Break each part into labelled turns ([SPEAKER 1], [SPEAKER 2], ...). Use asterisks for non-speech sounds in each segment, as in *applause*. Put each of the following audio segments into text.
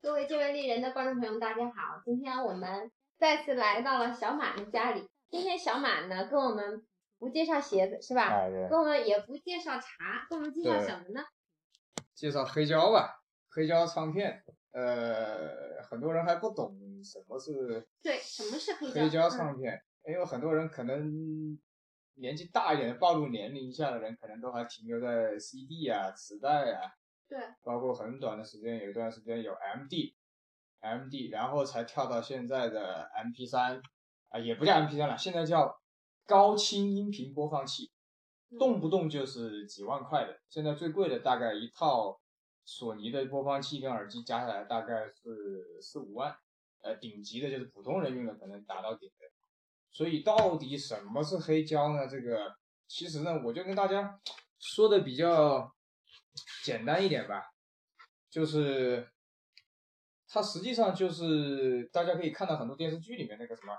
[SPEAKER 1] 各位这位丽人的观众朋友们，大家好！今天我们再次来到了小马的家里。今天小马呢，跟我们不介绍鞋子是吧？
[SPEAKER 2] 哎，对，
[SPEAKER 1] 跟我们也不介绍茶，跟我们介绍
[SPEAKER 2] 对
[SPEAKER 1] 什么呢？
[SPEAKER 2] 介绍黑胶吧，黑胶唱片，呃，很多人还不懂什么是
[SPEAKER 1] 对，什么是黑胶？
[SPEAKER 2] 黑胶
[SPEAKER 1] 嗯
[SPEAKER 2] 唱片，因为很多人可能年纪大一点的暴露年龄下的人，可能都还停留在 CD 啊、磁带啊，
[SPEAKER 1] 对，
[SPEAKER 2] 包括很短的时间，有一段时间有 MD、MD，然后才跳到现在的 MP 3啊，也不叫 MP 3了，现在叫高清音频播放器，动不动就是几万块的。现在最贵的大概一套索尼的播放器跟耳机加起来大概是四五万，呃，顶级的就是普通人用的可能达到顶的。所以到底什么是黑胶呢？这个其实呢，我就跟大家说的比较简单一点吧，就是它实际上就是大家可以看到很多电视剧里面那个什么，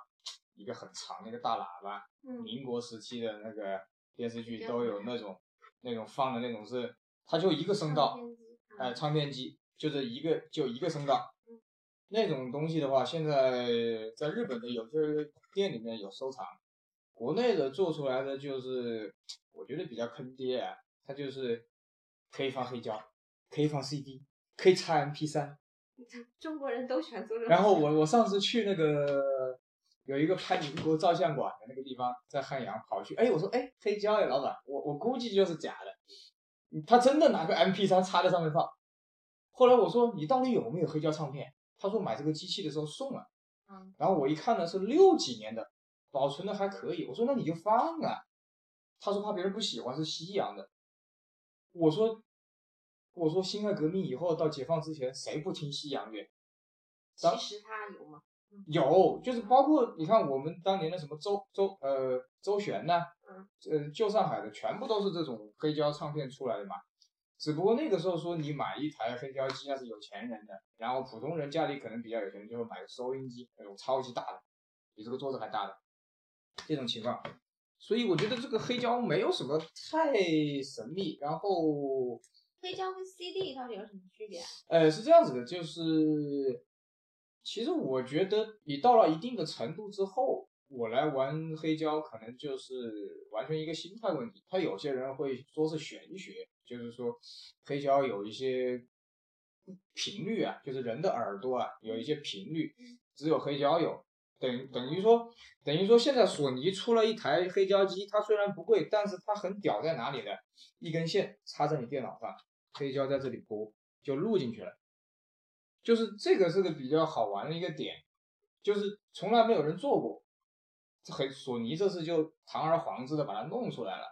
[SPEAKER 2] 一个很长的一个大喇叭，
[SPEAKER 1] 嗯，
[SPEAKER 2] 民国时期的那个电视剧都有那种那种放的那种是，它就一个声道
[SPEAKER 1] 唱，片机嗯
[SPEAKER 2] 哎、唱片机就是一个就一个声道
[SPEAKER 1] 嗯，
[SPEAKER 2] 那种东西的话，现在在日本的有些店里面有收藏，国内的做出来的就是我觉得比较坑爹啊，它就是可以放黑胶，可以放 CD，可以插 MP 3
[SPEAKER 1] 嗯中国人都喜欢做 *laughs* 这种事。
[SPEAKER 2] 然后我我上次去那个有一个拍民国照相馆的那个地方，在汉阳跑去，哎，我说哎黑胶哎，老板，我我估计就是假的，他真的拿个 MP 3插在上面放。后来我说你到底有没有黑胶唱片？他说买这个机器的时候送了，
[SPEAKER 1] 嗯，
[SPEAKER 2] 然后我一看呢是六几年的，保存的还可以。我说那你就放啊。他说怕别人不喜欢是西洋的。我说我说辛亥革命以后到解放之前谁不听西洋乐？
[SPEAKER 1] 其实它有吗？
[SPEAKER 2] 有，就是包括你看我们当年的什么周周呃周璇呐、
[SPEAKER 1] 嗯
[SPEAKER 2] 呃旧上海的全部都是这种黑胶唱片出来的嘛。只不过那个时候说你买一台黑胶机那是有钱人的，然后普通人家里可能比较有钱，就会买个收音机那种超级大的，比这个桌子还大的这种情况。所以我觉得这个黑胶没有什么太神秘，然后
[SPEAKER 1] 黑胶跟 CD 到底有什么区别啊？
[SPEAKER 2] 呃，是这样子的，就是其实我觉得你到了一定的程度之后，我来玩黑胶，可能就是完全一个心态问题。他有些人会说是玄学，就是说黑胶有一些频率啊，就是人的耳朵啊有一些频率，只有黑胶有。等等于说，等于说，现在索尼出了一台黑胶机，它虽然不贵，但是它很屌在哪里呢？一根线插在你电脑上，黑胶在这里播，就录进去了。就是这个是个比较好玩的一个点，就是从来没有人做过，这很索尼这次就堂而皇之的把它弄出来了。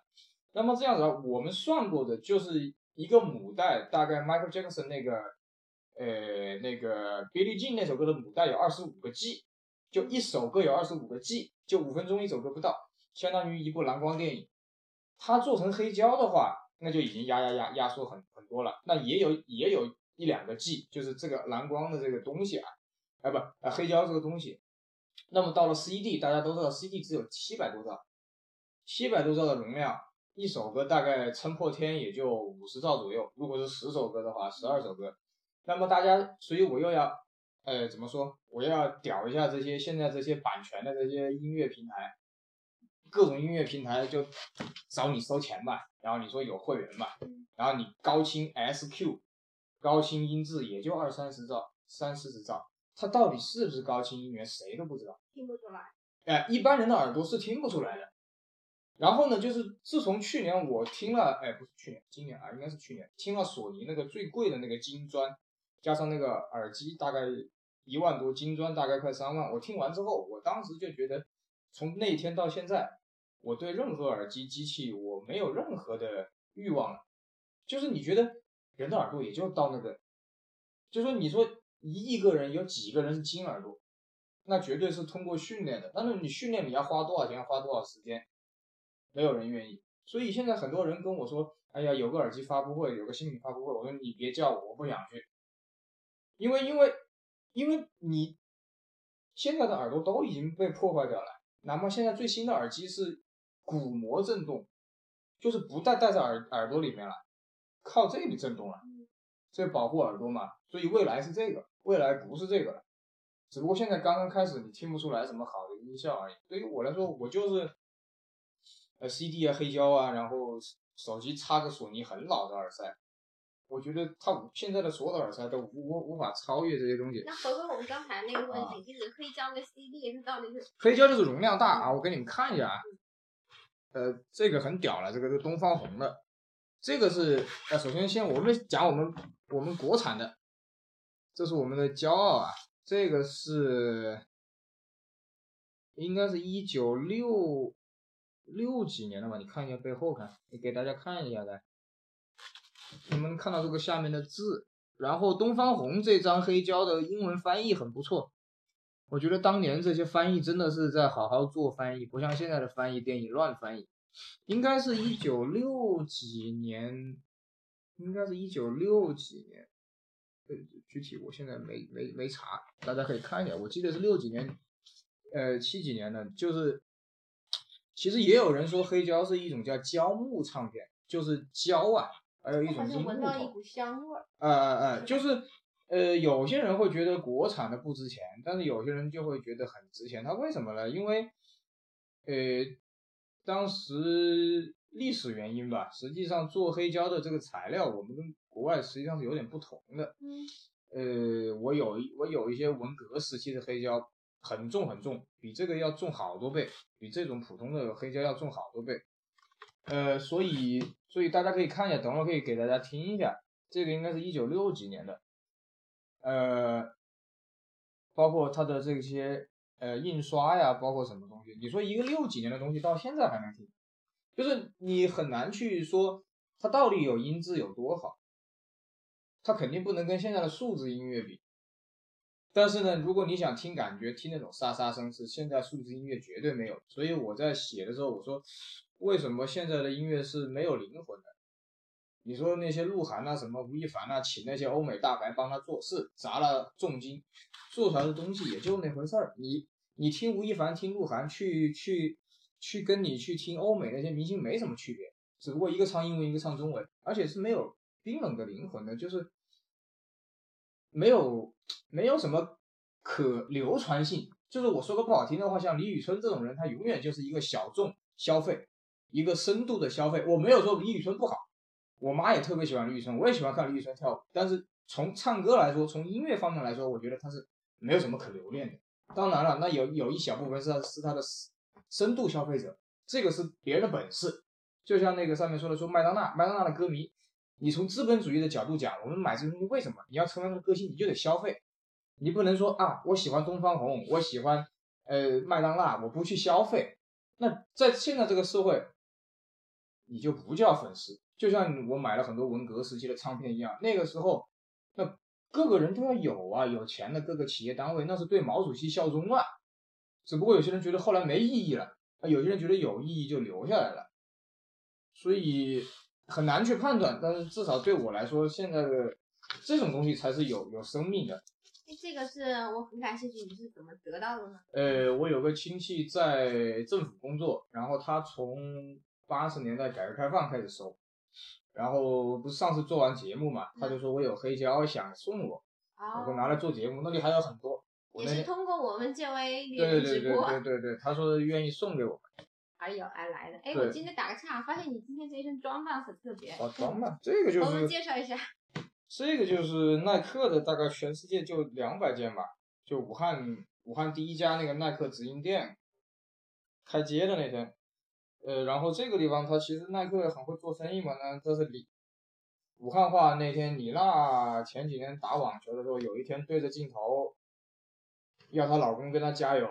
[SPEAKER 2] 那么这样子啊，我们算过的就是一个母带，大概 Michael Jackson 那个，呃，那个 Billie Jean 那首歌的母带有二十五个 G，就一首歌有二十五个 G，就五分钟一首歌不到，相当于一部蓝光电影。它做成黑胶的话，那就已经压压压压缩很很多了。那也有也有一两个 G，就是这个蓝光的这个东西啊，啊不啊黑胶这个东西。那么到了 CD，大家都知道 CD 只有七百多兆，七百多兆的容量，一首歌大概撑破天也就五十兆左右。如果是十首歌的话，十二首歌。那么大家，所以我又要，呃，怎么说？我又要屌一下这些现在这些版权的这些音乐平台，各种音乐平台就找你收钱嘛，然后你说有会员嘛，然后你高清 SQ，高清音质也就二三十兆、三四十兆，它到底是不是高清音源，谁都不知道。
[SPEAKER 1] 听不出来。
[SPEAKER 2] 哎，一般人的耳朵是听不出来的。然后呢，就是自从去年我听了，哎，不是去年，今年啊，应该是去年，听了索尼那个最贵的那个金砖，加上那个耳机，大概一万多，金砖大概快三万。我听完之后，我当时就觉得，从那天到现在，我对任何耳机机器我没有任何的欲望了。就是你觉得人的耳朵也就到那个，就说你说一亿个人有几个人是金耳朵？那绝对是通过训练的。但是你训练你要花多少钱，花多少时间，没有人愿意。所以现在很多人跟我说：“哎呀，有个耳机发布会，有个新品发布会。”我说：“你别叫我，我不想去。”因为因为因为你现在的耳朵都已经被破坏掉了。那么现在最新的耳机是鼓膜震动，就是不带戴在耳耳朵里面了，靠这里震动了，这保护耳朵嘛。所以未来是这个，未来不是这个了，只不过现在刚刚开始，你听不出来什么好的音效而已。对于我来说，我就是呃 CD 啊、黑胶啊，然后手机插个索尼很老的耳塞，我觉得它无现在的所有的耳塞都无无无法超越这些东西。
[SPEAKER 1] 那回归我们刚才那个问
[SPEAKER 2] 啊
[SPEAKER 1] 题，就是黑胶跟 CD 它到底是
[SPEAKER 2] 黑胶就是容量大啊，我给你们看一下啊，呃，这个很屌了，这个是东方红的，这个是呃，首先先我们讲我们我们国产的，这是我们的骄傲啊，这个是应该是一九六六几年的吧，你看一下背后看，你给大家看一下来，你们看到这个下面的字，然后东方红这张黑胶的英文翻译很不错，我觉得当年这些翻译真的是在好好做翻译，不像现在的翻译电影乱翻译。应该是一九六几年，应该是一九六几年，呃，具体我现在没没没查，大家可以看一下。我记得是六几年，呃，七几年的，就是其实也有人说黑胶是一种叫胶木唱片，就是胶啊，还有一
[SPEAKER 1] 它
[SPEAKER 2] 种是
[SPEAKER 1] 就
[SPEAKER 2] 木
[SPEAKER 1] 闻到一
[SPEAKER 2] 头。
[SPEAKER 1] 股香味儿。
[SPEAKER 2] 呃呃，呃，就是呃，有些人会觉得国产的不值钱，但是有些人就会觉得很值钱。它为什么呢？因为呃，当时历史原因吧，实际上做黑胶的这个材料，我们跟国外实际上是有点不同的。
[SPEAKER 1] 嗯，
[SPEAKER 2] 呃，我有一我有一些文革时期的黑胶，很重很重，比这个要重好多倍，比这种普通的黑胶要重好多倍。呃，所以所以大家可以看一下，等会儿可以给大家听一下，这个应该是一九六几年的，呃，包括它的这些呃印刷呀，包括什么东西，你说一个六几年的东西到现在还能听，就是你很难去说它到底有音质有多好，它肯定不能跟现在的数字音乐比。但是呢，如果你想听感觉，听那种沙沙声，是现在数字音乐绝对没有。所以我在写的时候，我说为什么现在的音乐是没有灵魂的？你说那些鹿晗啊、什么吴亦凡啊，请那些欧美大牌帮他做事，砸了重金，做出来的东西也就那回事儿。你你听吴亦凡、听鹿晗，去去去跟你去听欧美那些明星没什么区别，只不过一个唱英文，一个唱中文，而且是没有冰冷的灵魂的，就是没有没有什么可流传性。就是我说个不好听的话，像李宇春这种人，他永远就是一个小众消费，一个深度的消费。我没有说李宇春不好，我妈也特别喜欢李宇春，我也喜欢看李宇春跳舞。但是从唱歌来说，从音乐方面来说，我觉得她是没有什么可留恋的。当然了，那有有一小部分是他是他的深度消费者，这个是别人的本事。就像那个上面说的，说麦当娜，麦当娜的歌迷，你从资本主义的角度讲，我们买这东西为什么？你要成为他的歌星，你就得消费，你不能说啊，我喜欢东方红，我喜欢呃麦当娜，我不去消费。那在现在这个社会，你就不叫粉丝。就像我买了很多文革时期的唱片一样，那个时候，那各个人都要有啊，有钱的各个企业单位那是对毛主席效忠啊。只不过有些人觉得后来没意义了，啊有些人觉得有意义就留下来了，所以很难去判断。但是至少对我来说，现在的这种东西才是有有生命的。
[SPEAKER 1] 那这个是我很感兴趣，你是怎么得到的呢？
[SPEAKER 2] 呃，我有个亲戚在政府工作，然后他从八十年代改革开放开始收，然后不是上次做完节目嘛，他就说我有黑胶想送我，我说拿来做节目，那里还有很多。我
[SPEAKER 1] 哦也
[SPEAKER 2] 那
[SPEAKER 1] 是
[SPEAKER 2] 天
[SPEAKER 1] 通过我们这位
[SPEAKER 2] 对对
[SPEAKER 1] 女
[SPEAKER 2] 对
[SPEAKER 1] 直
[SPEAKER 2] 对
[SPEAKER 1] 播
[SPEAKER 2] 对对对，他说愿意送给我，
[SPEAKER 1] 而有而来的。哎，
[SPEAKER 2] 对
[SPEAKER 1] 我今天打个岔，发现你今天这一身装扮很特别，
[SPEAKER 2] 我装吧，这个就
[SPEAKER 1] 我们
[SPEAKER 2] 是
[SPEAKER 1] 介绍一下。
[SPEAKER 2] 这个就是耐克的，大概全世界就两百件吧，就武汉武汉第一家那个耐克直营店开街的那天，呃，然后这个地方它其实耐克很会做生意嘛，那这是李武汉话那天李娜前几天打网球的时候，有一天对着镜头要她老公跟她加油，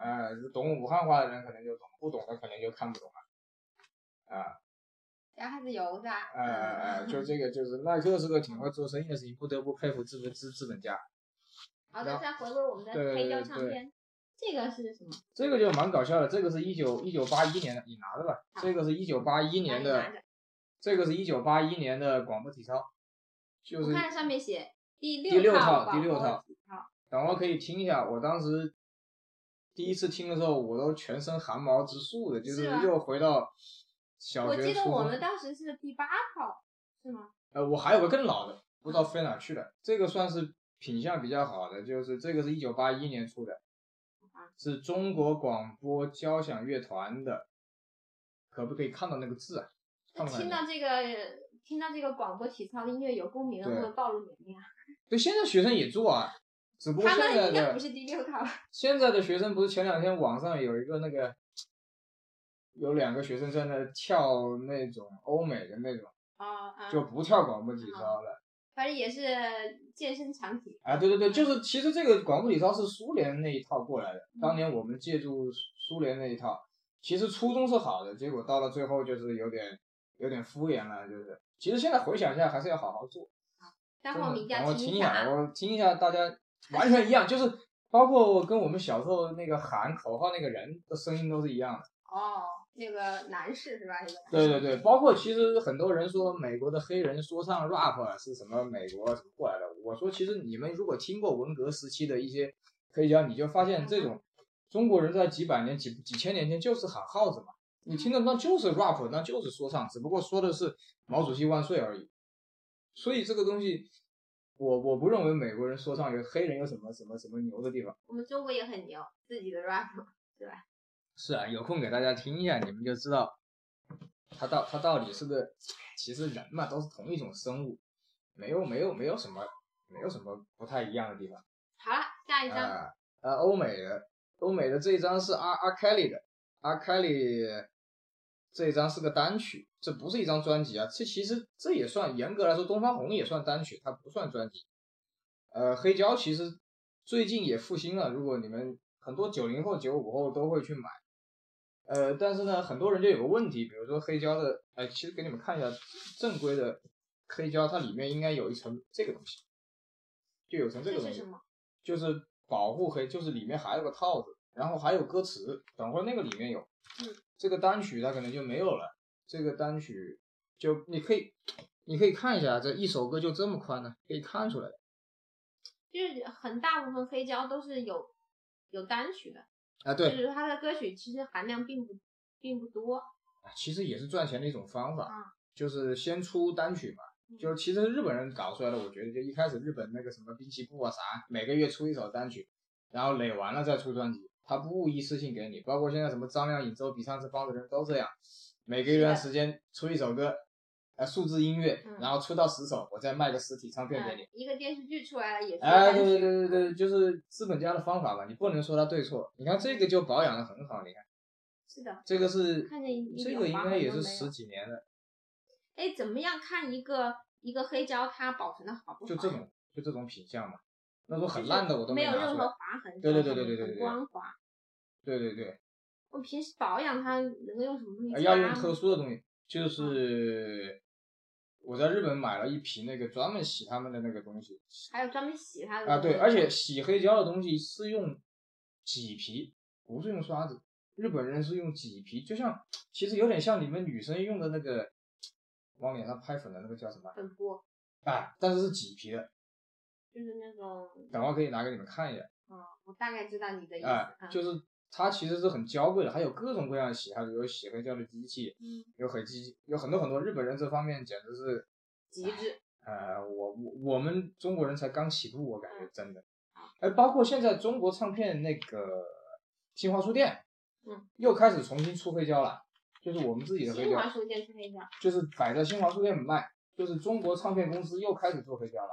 [SPEAKER 2] 哎、懂武汉话的人可能就懂，不懂的可能就看不懂了，啊、
[SPEAKER 1] 然后还是油的，嗯
[SPEAKER 2] 哎哎哎，就这个就是耐克是个挺会做生意的事情，不得不佩服资本资资本家。
[SPEAKER 1] 好
[SPEAKER 2] 然
[SPEAKER 1] 的，
[SPEAKER 2] 后
[SPEAKER 1] 再回归我们的
[SPEAKER 2] 对
[SPEAKER 1] 黑胶
[SPEAKER 2] 对
[SPEAKER 1] 唱
[SPEAKER 2] 对
[SPEAKER 1] 片，这个是什么？
[SPEAKER 2] 这个就蛮搞笑的，这个是一九一九八一年的，你拿着吧。这个是一九八一年
[SPEAKER 1] 啊拿
[SPEAKER 2] 的
[SPEAKER 1] 着拿，着
[SPEAKER 2] 这个是一九八一年的广播体操，就
[SPEAKER 1] 我
[SPEAKER 2] 是
[SPEAKER 1] 看上面写第
[SPEAKER 2] 第六
[SPEAKER 1] 套
[SPEAKER 2] 套
[SPEAKER 1] 广
[SPEAKER 2] 第六
[SPEAKER 1] 播
[SPEAKER 2] 套
[SPEAKER 1] 体操，
[SPEAKER 2] 等会儿可以听一下。我当时第一次听的时候，我都全身汗毛直竖的，就是
[SPEAKER 1] 吧
[SPEAKER 2] 又回到小
[SPEAKER 1] 我
[SPEAKER 2] 学、
[SPEAKER 1] 记得
[SPEAKER 2] 初
[SPEAKER 1] 我
[SPEAKER 2] 中
[SPEAKER 1] 们。当时是第八套，是吗？
[SPEAKER 2] 呃，我还有个更老的，不知道飞哪去了。这个算是品相比较好的，就是这个是一九八一年出的，
[SPEAKER 1] 啊
[SPEAKER 2] 是中国广播交响乐团的，可不可以看到那个字啊？看不看
[SPEAKER 1] 听
[SPEAKER 2] 得
[SPEAKER 1] 到
[SPEAKER 2] 见？
[SPEAKER 1] 这个听到这个广播体操的音乐有共鸣，
[SPEAKER 2] 对
[SPEAKER 1] 会暴露年龄啊。
[SPEAKER 2] 对，现在学生也做啊，只不过
[SPEAKER 1] 他
[SPEAKER 2] 现
[SPEAKER 1] 们
[SPEAKER 2] 在
[SPEAKER 1] 应该
[SPEAKER 2] 的
[SPEAKER 1] 不是第六套，
[SPEAKER 2] 现在的学生不是前两天网上有一个那个，有两个学生在那跳那种欧美的那种，
[SPEAKER 1] 哦，啊
[SPEAKER 2] 就不跳广播体操了。
[SPEAKER 1] 反正也是健身场景。
[SPEAKER 2] 啊，对对对，就是其实这个广播体操是苏联那一套过来的，当年我们借助苏联那一套，其实初衷是好的，结果到了最后就是有点有点敷衍了，就是其实现在回想一下还是要好好做。
[SPEAKER 1] 待会儿我们一定
[SPEAKER 2] 然
[SPEAKER 1] 要
[SPEAKER 2] 后哦
[SPEAKER 1] 听
[SPEAKER 2] 听
[SPEAKER 1] 一
[SPEAKER 2] 一
[SPEAKER 1] 下
[SPEAKER 2] 下，
[SPEAKER 1] 啊。
[SPEAKER 2] 我听一下，大家完全一样，就是包括我跟我们小时候那个喊口号那个人的声音都是一样的。
[SPEAKER 1] 哦，那个男士是吧？那个
[SPEAKER 2] 对对对，包括其实很多人说美国的黑人说唱 rap 啊是什么美国什么过来的，我说其实你们如果听过文革时期的一些黑胶，你就发现这种中国人在几百年几几千年前就是喊号子嘛，你听的那就是 rap，那就是说唱，只不过说的是毛主席万岁而已。所以这个东西，我我不认为美国人说唱有黑人有什么什么什么牛的地方。
[SPEAKER 1] 我们中国也很牛，自己的 rap。 *laughs*
[SPEAKER 2] 是啊，有空给大家听一下，你们就知道他到他到底是个，其实人嘛都是同一种生物，没有没有没有什么没有什么不太一样的地方
[SPEAKER 1] 好了，下一张。
[SPEAKER 2] 啊呃，欧美的欧美的这一张是阿阿凯里的，阿凯里这一张是个单曲，这不是一张专辑啊，这其实这也算严格来说，东方红也算单曲，它不算专辑。呃，黑胶其实最近也复兴了，如果你们很多九零后、九五后都会去买。呃，但是呢，很多人就有个问题，比如说黑胶的，哎、其实给你们看一下正规的黑胶，它里面应该有一层这个东西，就有层这个
[SPEAKER 1] 这
[SPEAKER 2] 东西。
[SPEAKER 1] 是什么？
[SPEAKER 2] 就是保护黑，就是里面还有个套子，然后还有歌词，等会儿那个里面有。
[SPEAKER 1] 嗯
[SPEAKER 2] 这个单曲它可能就没有了。这个单曲就你可以，你可以看一下，这一首歌就这么宽呢，可以看出来的。
[SPEAKER 1] 就是很大部分黑胶都是有有单曲的，
[SPEAKER 2] 啊，
[SPEAKER 1] 就
[SPEAKER 2] 对，
[SPEAKER 1] 是它的歌曲其实含量并不并不多。
[SPEAKER 2] 其实也是赚钱的一种方法，
[SPEAKER 1] 嗯
[SPEAKER 2] 就是先出单曲嘛。
[SPEAKER 1] 嗯
[SPEAKER 2] 就其实日本人搞出来的，我觉得就一开始日本那个什么滨崎步啊啥，每个月出一首单曲，然后垒完了再出专辑，他不一次性给你，包括现在什么张靓颖、周笔畅这帮子人都这样，每隔一段时间出一首歌，呃，数字音乐
[SPEAKER 1] 嗯，
[SPEAKER 2] 然后出到十首，我再卖个实体唱片给
[SPEAKER 1] 嗯
[SPEAKER 2] 你。，
[SPEAKER 1] 一个电视剧出来了也是嗯
[SPEAKER 2] 哎，
[SPEAKER 1] 单
[SPEAKER 2] 对对
[SPEAKER 1] 曲。
[SPEAKER 2] 对对对，就是资本家的方法嘛，你不能说他对错。你看这个就保养的很好，你看
[SPEAKER 1] 是的。
[SPEAKER 2] 这个是
[SPEAKER 1] 看见一
[SPEAKER 2] 这
[SPEAKER 1] 点
[SPEAKER 2] 个应
[SPEAKER 1] 花
[SPEAKER 2] 该
[SPEAKER 1] 纹
[SPEAKER 2] 也
[SPEAKER 1] 都
[SPEAKER 2] 是
[SPEAKER 1] 没有
[SPEAKER 2] 十几年了，
[SPEAKER 1] 哎，怎么样看一个一个黑胶它保存的好不好？
[SPEAKER 2] 就这种就这种品相嘛。那种很
[SPEAKER 1] 就是
[SPEAKER 2] 烂的我都
[SPEAKER 1] 没有
[SPEAKER 2] 拿
[SPEAKER 1] 任
[SPEAKER 2] 出来
[SPEAKER 1] 何。划痕，
[SPEAKER 2] 对对
[SPEAKER 1] 是吧
[SPEAKER 2] 对对对对
[SPEAKER 1] 很
[SPEAKER 2] 对
[SPEAKER 1] 光滑。
[SPEAKER 2] 对对对，
[SPEAKER 1] 我平时保养它能够用什么东西擦
[SPEAKER 2] 呃
[SPEAKER 1] 吗？
[SPEAKER 2] 要用特殊的东西，
[SPEAKER 1] 嗯
[SPEAKER 2] 就是我在日本买了一瓶那个专门洗他们的那个东西
[SPEAKER 1] 还有专门洗它的
[SPEAKER 2] 啊，对，而
[SPEAKER 1] 且
[SPEAKER 2] 且洗黑胶的东西是用麂皮，不是用刷子。日本人是用麂皮，就像其实有点像你们女生用的那个往脸上拍粉的那个叫什么？
[SPEAKER 1] 粉扑
[SPEAKER 2] 哎，但是是麂皮的，
[SPEAKER 1] 就是那种，
[SPEAKER 2] 等会儿可以拿给你们看一下。
[SPEAKER 1] 嗯，我大概知道你的意思。
[SPEAKER 2] 哎，
[SPEAKER 1] 嗯
[SPEAKER 2] 就是它其实是很娇贵的，还有各种各样的洗，还有洗黑胶的机器，
[SPEAKER 1] 嗯，
[SPEAKER 2] 有很机，有很多很多日本人这方面简直是
[SPEAKER 1] 极致。
[SPEAKER 2] 呃，我我我们中国人才刚起步，我感觉真的
[SPEAKER 1] 嗯。
[SPEAKER 2] 哎，包括现在中国唱片那个新华书店，
[SPEAKER 1] 嗯，
[SPEAKER 2] 又开始重新出黑胶了，就是我们自己的黑
[SPEAKER 1] 新华
[SPEAKER 2] 胶，
[SPEAKER 1] 书店是黑胶，
[SPEAKER 2] 就是摆在新华书店卖，就是中国唱片公司又开始做黑胶了。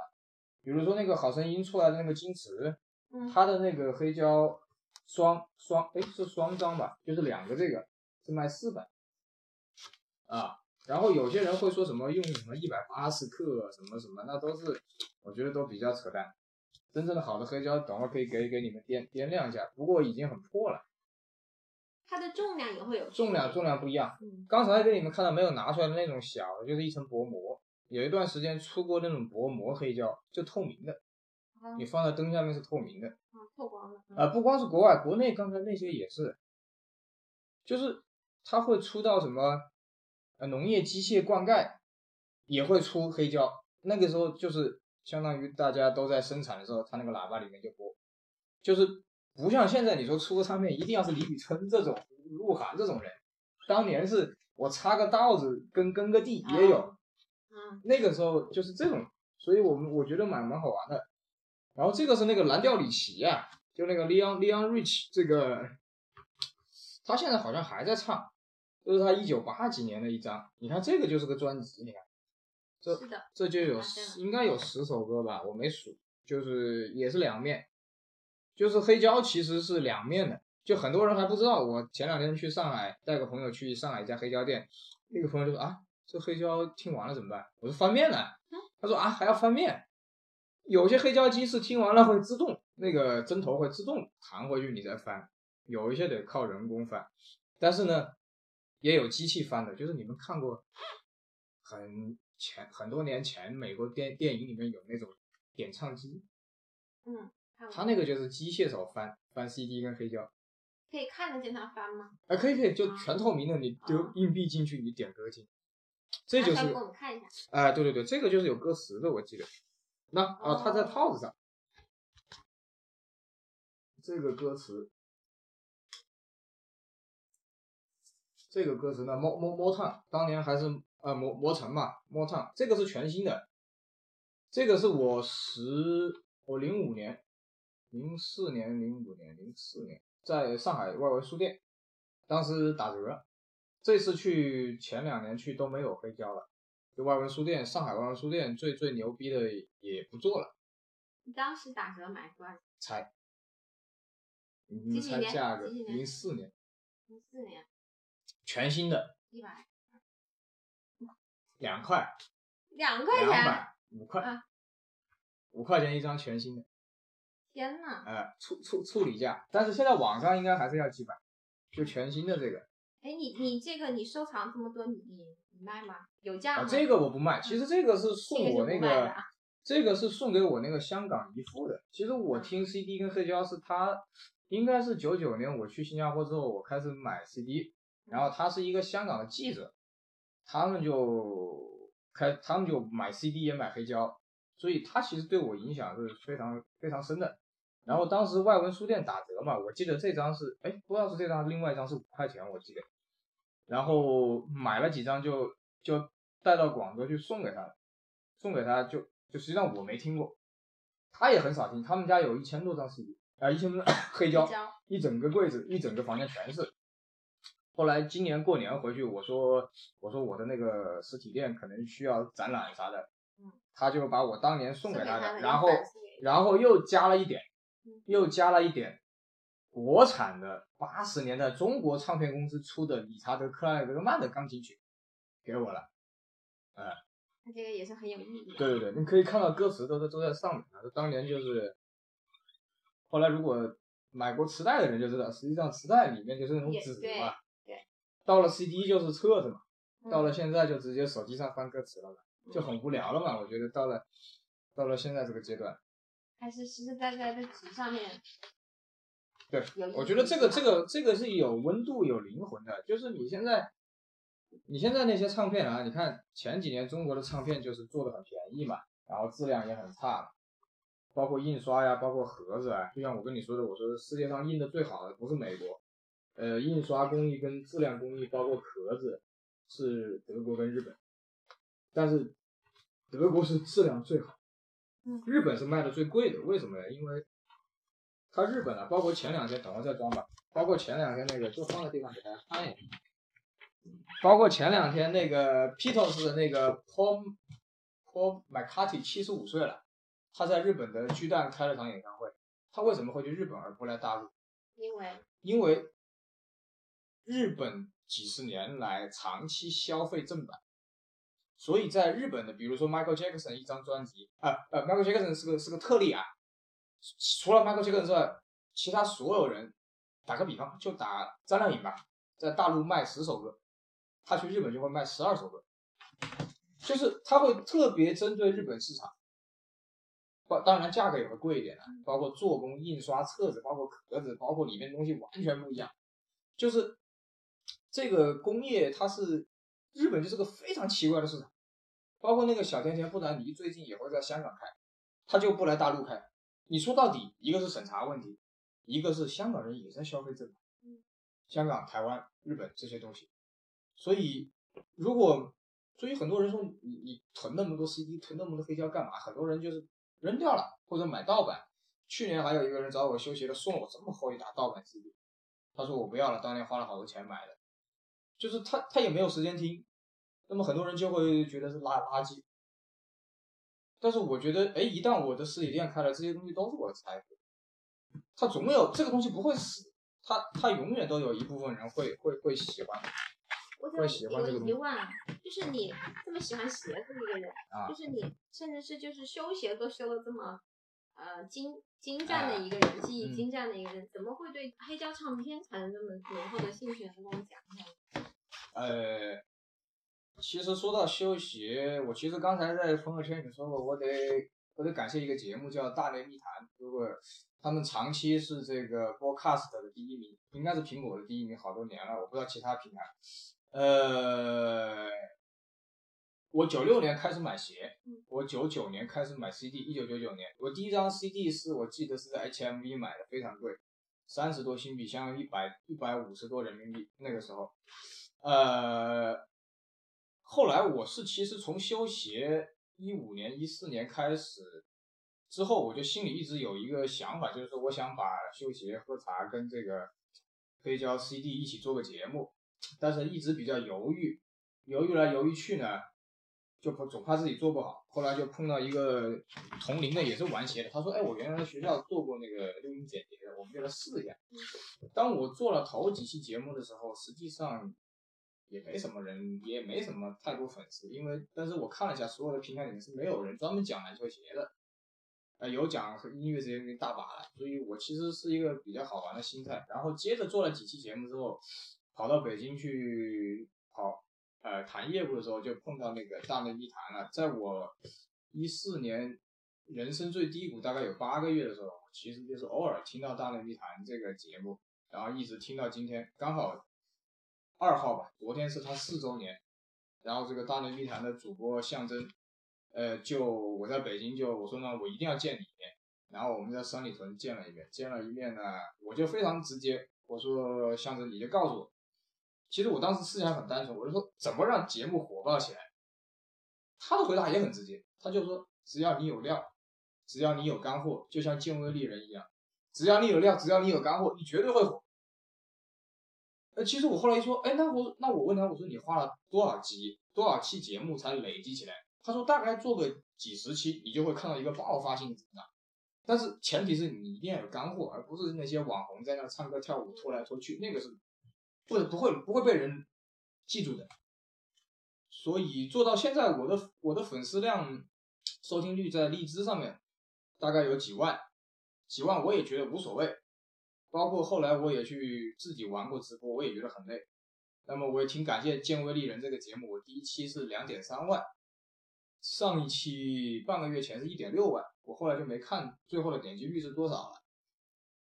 [SPEAKER 2] 比如说那个好声音出来的那个金池，
[SPEAKER 1] 嗯，
[SPEAKER 2] 它的那个黑胶双双，哎是双张吧，就是两个这个是卖四百啊。然后有些人会说什么用什么一百八十克什么什么，那都是我觉得都比较扯淡。真正的好的黑胶，等会儿可以给给你们掂掂量一下，不过已经很破了，
[SPEAKER 1] 它的重量也会有
[SPEAKER 2] 重量重量不一样。
[SPEAKER 1] 嗯，
[SPEAKER 2] 刚才给你们看到没有拿出来的那种小的，就是一层薄膜。有一段时间出过那种薄膜黑胶，就透明的，
[SPEAKER 1] 好
[SPEAKER 2] 你放在灯下面是透明的。
[SPEAKER 1] 好透光了。嗯
[SPEAKER 2] 啊，不光是国外，国内刚才那些也是，就是它会出到什么，呃，农业机械灌溉也会出黑胶，那个时候就是相当于大家都在生产的时候，它那个喇叭里面就播，就是不像现在你说出个唱片一定要是李宇春这种、鹿晗这种人，当年是我插个稻子跟耕个地也有，
[SPEAKER 1] 嗯，
[SPEAKER 2] 那个时候就是这种，所以我们我觉得蛮蛮好玩的。然后这个是那个蓝调里奇啊，就那个 Leon Leon Rich 这个，他现在好像还在唱，这是他一九八几年的一张。你看这个就是个专辑，你看这
[SPEAKER 1] 是的，
[SPEAKER 2] 啊这嗯就有
[SPEAKER 1] 发现了
[SPEAKER 2] 应该有十首歌吧，我没数，就是也是两面，就是黑胶其实是两面的，就很多人还不知道。我前两天去上海，带个朋友去上海一家黑胶店，那个朋友就说啊，这黑胶听完了怎么办？我说翻面了，他说啊还要翻面，有些黑胶机是听完了会自动那个针头会自动弹回去，你再翻，有一些得靠人工翻，但是呢也有机器翻的，就是你们看过很前很多年前美国电电影里面有那种点唱机，
[SPEAKER 1] 嗯，看
[SPEAKER 2] 它
[SPEAKER 1] 过
[SPEAKER 2] 那个就是机械手翻翻 CD 跟黑胶，
[SPEAKER 1] 可以看得见它翻吗？
[SPEAKER 2] 啊，可以可以，就全透明的，你丢
[SPEAKER 1] 啊
[SPEAKER 2] 硬币进去，你点歌进，这就
[SPEAKER 1] 拿出来
[SPEAKER 2] 是
[SPEAKER 1] 给我们看一下。
[SPEAKER 2] 哎、对对对，这个就是有歌词的，我记得。那啊，它在
[SPEAKER 1] 哦
[SPEAKER 2] 套子上，这个歌词，这个歌词呢，摸摸摸烫，当年还是呃磨磨城嘛，摸烫，这个是全新的，这个是我十我零五年，零四年零五年零四年在上海外文书店，当时打折，这次去前两年去都没有黑胶了。就外文书店，上海外文书店最最牛逼的也不做了，
[SPEAKER 1] 你当时打折买多少钱？
[SPEAKER 2] 猜，你们
[SPEAKER 1] 几几
[SPEAKER 2] 猜
[SPEAKER 1] 年
[SPEAKER 2] 嗯价格？
[SPEAKER 1] 几几年
[SPEAKER 2] 零四年，
[SPEAKER 1] 零四年
[SPEAKER 2] 全新的，
[SPEAKER 1] 一百
[SPEAKER 2] 两块，
[SPEAKER 1] 两块
[SPEAKER 2] 两
[SPEAKER 1] 钱，
[SPEAKER 2] 百，五块
[SPEAKER 1] 啊，
[SPEAKER 2] 五块钱一张全新的，
[SPEAKER 1] 天呐！
[SPEAKER 2] 呃，处处处理价，但是现在网上应该还是要几百，就全新的这个
[SPEAKER 1] 哎，你你这个你收藏这么多，你你你卖吗？有价
[SPEAKER 2] 啊，
[SPEAKER 1] 吗？
[SPEAKER 2] 这个我不卖，其实这个是
[SPEAKER 1] 这
[SPEAKER 2] 送
[SPEAKER 1] 个
[SPEAKER 2] 我
[SPEAKER 1] 是
[SPEAKER 2] 那
[SPEAKER 1] 不卖的
[SPEAKER 2] 个
[SPEAKER 1] 啊，
[SPEAKER 2] 这个是送给我那个香港姨父的。其实我
[SPEAKER 1] 嗯
[SPEAKER 2] 听 CD 跟黑胶是他，应该是九九年我去新加坡之后，我开始买 CD，然后他是一个香港的记者，他们就开他们就买 CD 也买黑胶，所以他其实对我影响是非常非常深的。然后当时外文书店打折嘛，我记得这张是，哎，不知道是这张，另外一张是五块钱，我记得。然后买了几张就就带到广州去送给他了，送给他就就实际上我没听过，他也很少听，他们家有一千多张 *coughs* CD，啊、一千多黑胶，
[SPEAKER 1] 胶
[SPEAKER 2] 一整个柜子，一整个房间全是。后来今年过年回去，我说我说我的那个实体店可能需要展览啥的
[SPEAKER 1] 嗯，
[SPEAKER 2] 他就把我当年送给他
[SPEAKER 1] 他
[SPEAKER 2] 的，
[SPEAKER 1] 的，
[SPEAKER 2] 然后
[SPEAKER 1] 100送给
[SPEAKER 2] 然后又加了一点
[SPEAKER 1] 嗯，
[SPEAKER 2] 又加了一点国产的八十年代中国唱片公司出的理查德·克莱德曼的钢琴曲给我了。
[SPEAKER 1] 他这个也是很有意义的。
[SPEAKER 2] 对对对，你可以看到歌词都在都在上面啊。当年就是，后来如果买过磁带的人就知道，实际上磁带里面就是那种
[SPEAKER 1] 也
[SPEAKER 2] 纸
[SPEAKER 1] 对
[SPEAKER 2] 嘛，
[SPEAKER 1] 对
[SPEAKER 2] 到了 CD 就是册子嘛，
[SPEAKER 1] 嗯
[SPEAKER 2] 到了现在就直接手机上翻歌词了嘛，就很无聊了嘛。我觉得到了到了现在这个阶段，
[SPEAKER 1] 还是实实在在的纸上面。
[SPEAKER 2] 对
[SPEAKER 1] 有意义，
[SPEAKER 2] 我觉得这个这个这个是有温度、有灵魂的。就是你现在，你现在那些唱片啊，你看前几年中国的唱片就是做的很便宜嘛，然后质量也很差嘛，包括印刷呀，包括盒子啊。就像我跟你说的，我说世界上印的最好的不是美国，呃，印刷工艺跟质量工艺，包括壳子，是德国跟日本，但是德国是质量最好。
[SPEAKER 1] 嗯
[SPEAKER 2] 日本是卖的最贵的，为什么呢？因为它日本啊，包括前两天，等会儿再装吧，包括前两天那个，就放个地方给大家看一眼，包括前两天那个 Pitos 的那个 Paul Paul McCartney 七十五岁了，他在日本的巨蛋开了场演唱会，他为什么会去日本而不来大陆？
[SPEAKER 1] 因为
[SPEAKER 2] 因为日本几十年来长期消费正版，所以在日本的，比如说 Michael Jackson 一张专辑，啊呃，Michael Jackson 是个是个特例啊，除了 Michael Jackson 之外，其他所有人，打个比方，就打张靓颖吧，在大陆卖十首歌，他去日本就会卖十二首歌，就是他会特别针对日本市场。包当然价格也会贵一点了，包括做工、印刷、册子，包括壳子，包括里面的东西完全不一样。就是这个工业，它是日本就是个非常奇怪的市场，包括那个小甜甜布兰妮最近也会在香港开，他就不来大陆开。你说到底，一个是审查问题，一个是香港人也在消费这个
[SPEAKER 1] 嗯，
[SPEAKER 2] 香港、台湾、日本这些东西，所以如果所以很多人说你你囤那么多 CD，囤那么多黑胶干嘛？很多人就是扔掉了或者买盗版，去年还有一个人找我修鞋的，送我这么厚一沓盗版 CD，他说我不要了，当年花了好多钱买的，就是他他也没有时间听，那么很多人就会觉得是垃垃圾。但是我觉得，哎，一旦我的实体店开了，这些东西都是我的财富，它总有这个东西不会死，它它永远都有一部分人会会会喜欢。
[SPEAKER 1] 我就
[SPEAKER 2] 会喜欢这
[SPEAKER 1] 有
[SPEAKER 2] 个东
[SPEAKER 1] 疑
[SPEAKER 2] 西
[SPEAKER 1] 问啊，就是你这么喜欢鞋子这个人，
[SPEAKER 2] 啊
[SPEAKER 1] 就是你甚至是就是修鞋都修的这么呃精精湛的一个人，技艺
[SPEAKER 2] 嗯
[SPEAKER 1] 精湛的一个人，怎么会对黑胶唱片产生这么浓厚的兴趣？能跟我们讲一下吗？
[SPEAKER 2] 呃，其实说到修鞋，我其实刚才在朋友圈里说过，我得我得感谢一个节目叫《大内密谈》，如果他们长期是这个 Podcast 的第一名，应该是苹果的第一名，好多年了，我不知道其他平台。呃，我九六年开始买鞋
[SPEAKER 1] 嗯，
[SPEAKER 2] 我九九年开始买 CD，一九九九年，我第一张 CD 是我记得是在 HMV 买的，非常贵，三十多新币，相当于一百一百五十多人民币，那个时候。呃，后来我是其实从修鞋一五年、一四年开始之后，我就心里一直有一个想法，就是说我想把修鞋、喝茶跟这个黑胶 CD 一起做个节目，但是一直比较犹豫，犹豫来犹豫去呢，就怕总怕自己做不好。后来就碰到一个同龄的，也是玩鞋的，他说：“哎，我原来在学校做过那个录音剪辑的，我们就来试一下。”当我做了头几期节目的时候，实际上也没什么人，也没什么太多粉丝，因为但是我看了一下，所有的平台里面是没有人专门讲篮球鞋的，呃，有讲音乐这些东西大把了，所以我其实是一个比较好玩的心态。然后接着做了几期节目之后，跑到北京去跑呃谈业务的时候，就碰到那个大内密谈了。在我一四年人生最低谷大概有八个月的时候，其实就是偶尔听到大内密谈这个节目，然后一直听到今天，刚好二号吧，昨天是他四周年，然后这个大内密谈的主播象征，呃，就我在北京就我说呢，我一定要见你一面，然后我们在三里屯见了一面，见了一面呢，我就非常直接，我说象征你就告诉我，其实我当时思想很单纯，我就说怎么让节目火爆起来，他的回答也很直接，他就说只要你有料，只要你有干货，就像剑威丽人一样。只要你有料，只要你有干货，你绝对会火。呃，其实我后来一说，哎，那我那我问他，我说你花了多少集多少期节目才累积起来？他说大概做个几十期，你就会看到一个爆发性的增长。但是前提是你一定要有干货，而不是那些网红在那唱歌跳舞拖来拖去，那个是不不会不会被人记住的。所以做到现在，我的我的粉丝量、收听率在荔枝上面大概有几万，几万我也觉得无所谓。包括后来我也去自己玩过直播，我也觉得很累。那么我也挺感谢《见微利人》这个节目，我第一期是两点三万，上一期半个月前是一点六万，我后来就没看最后的点击率是多少了。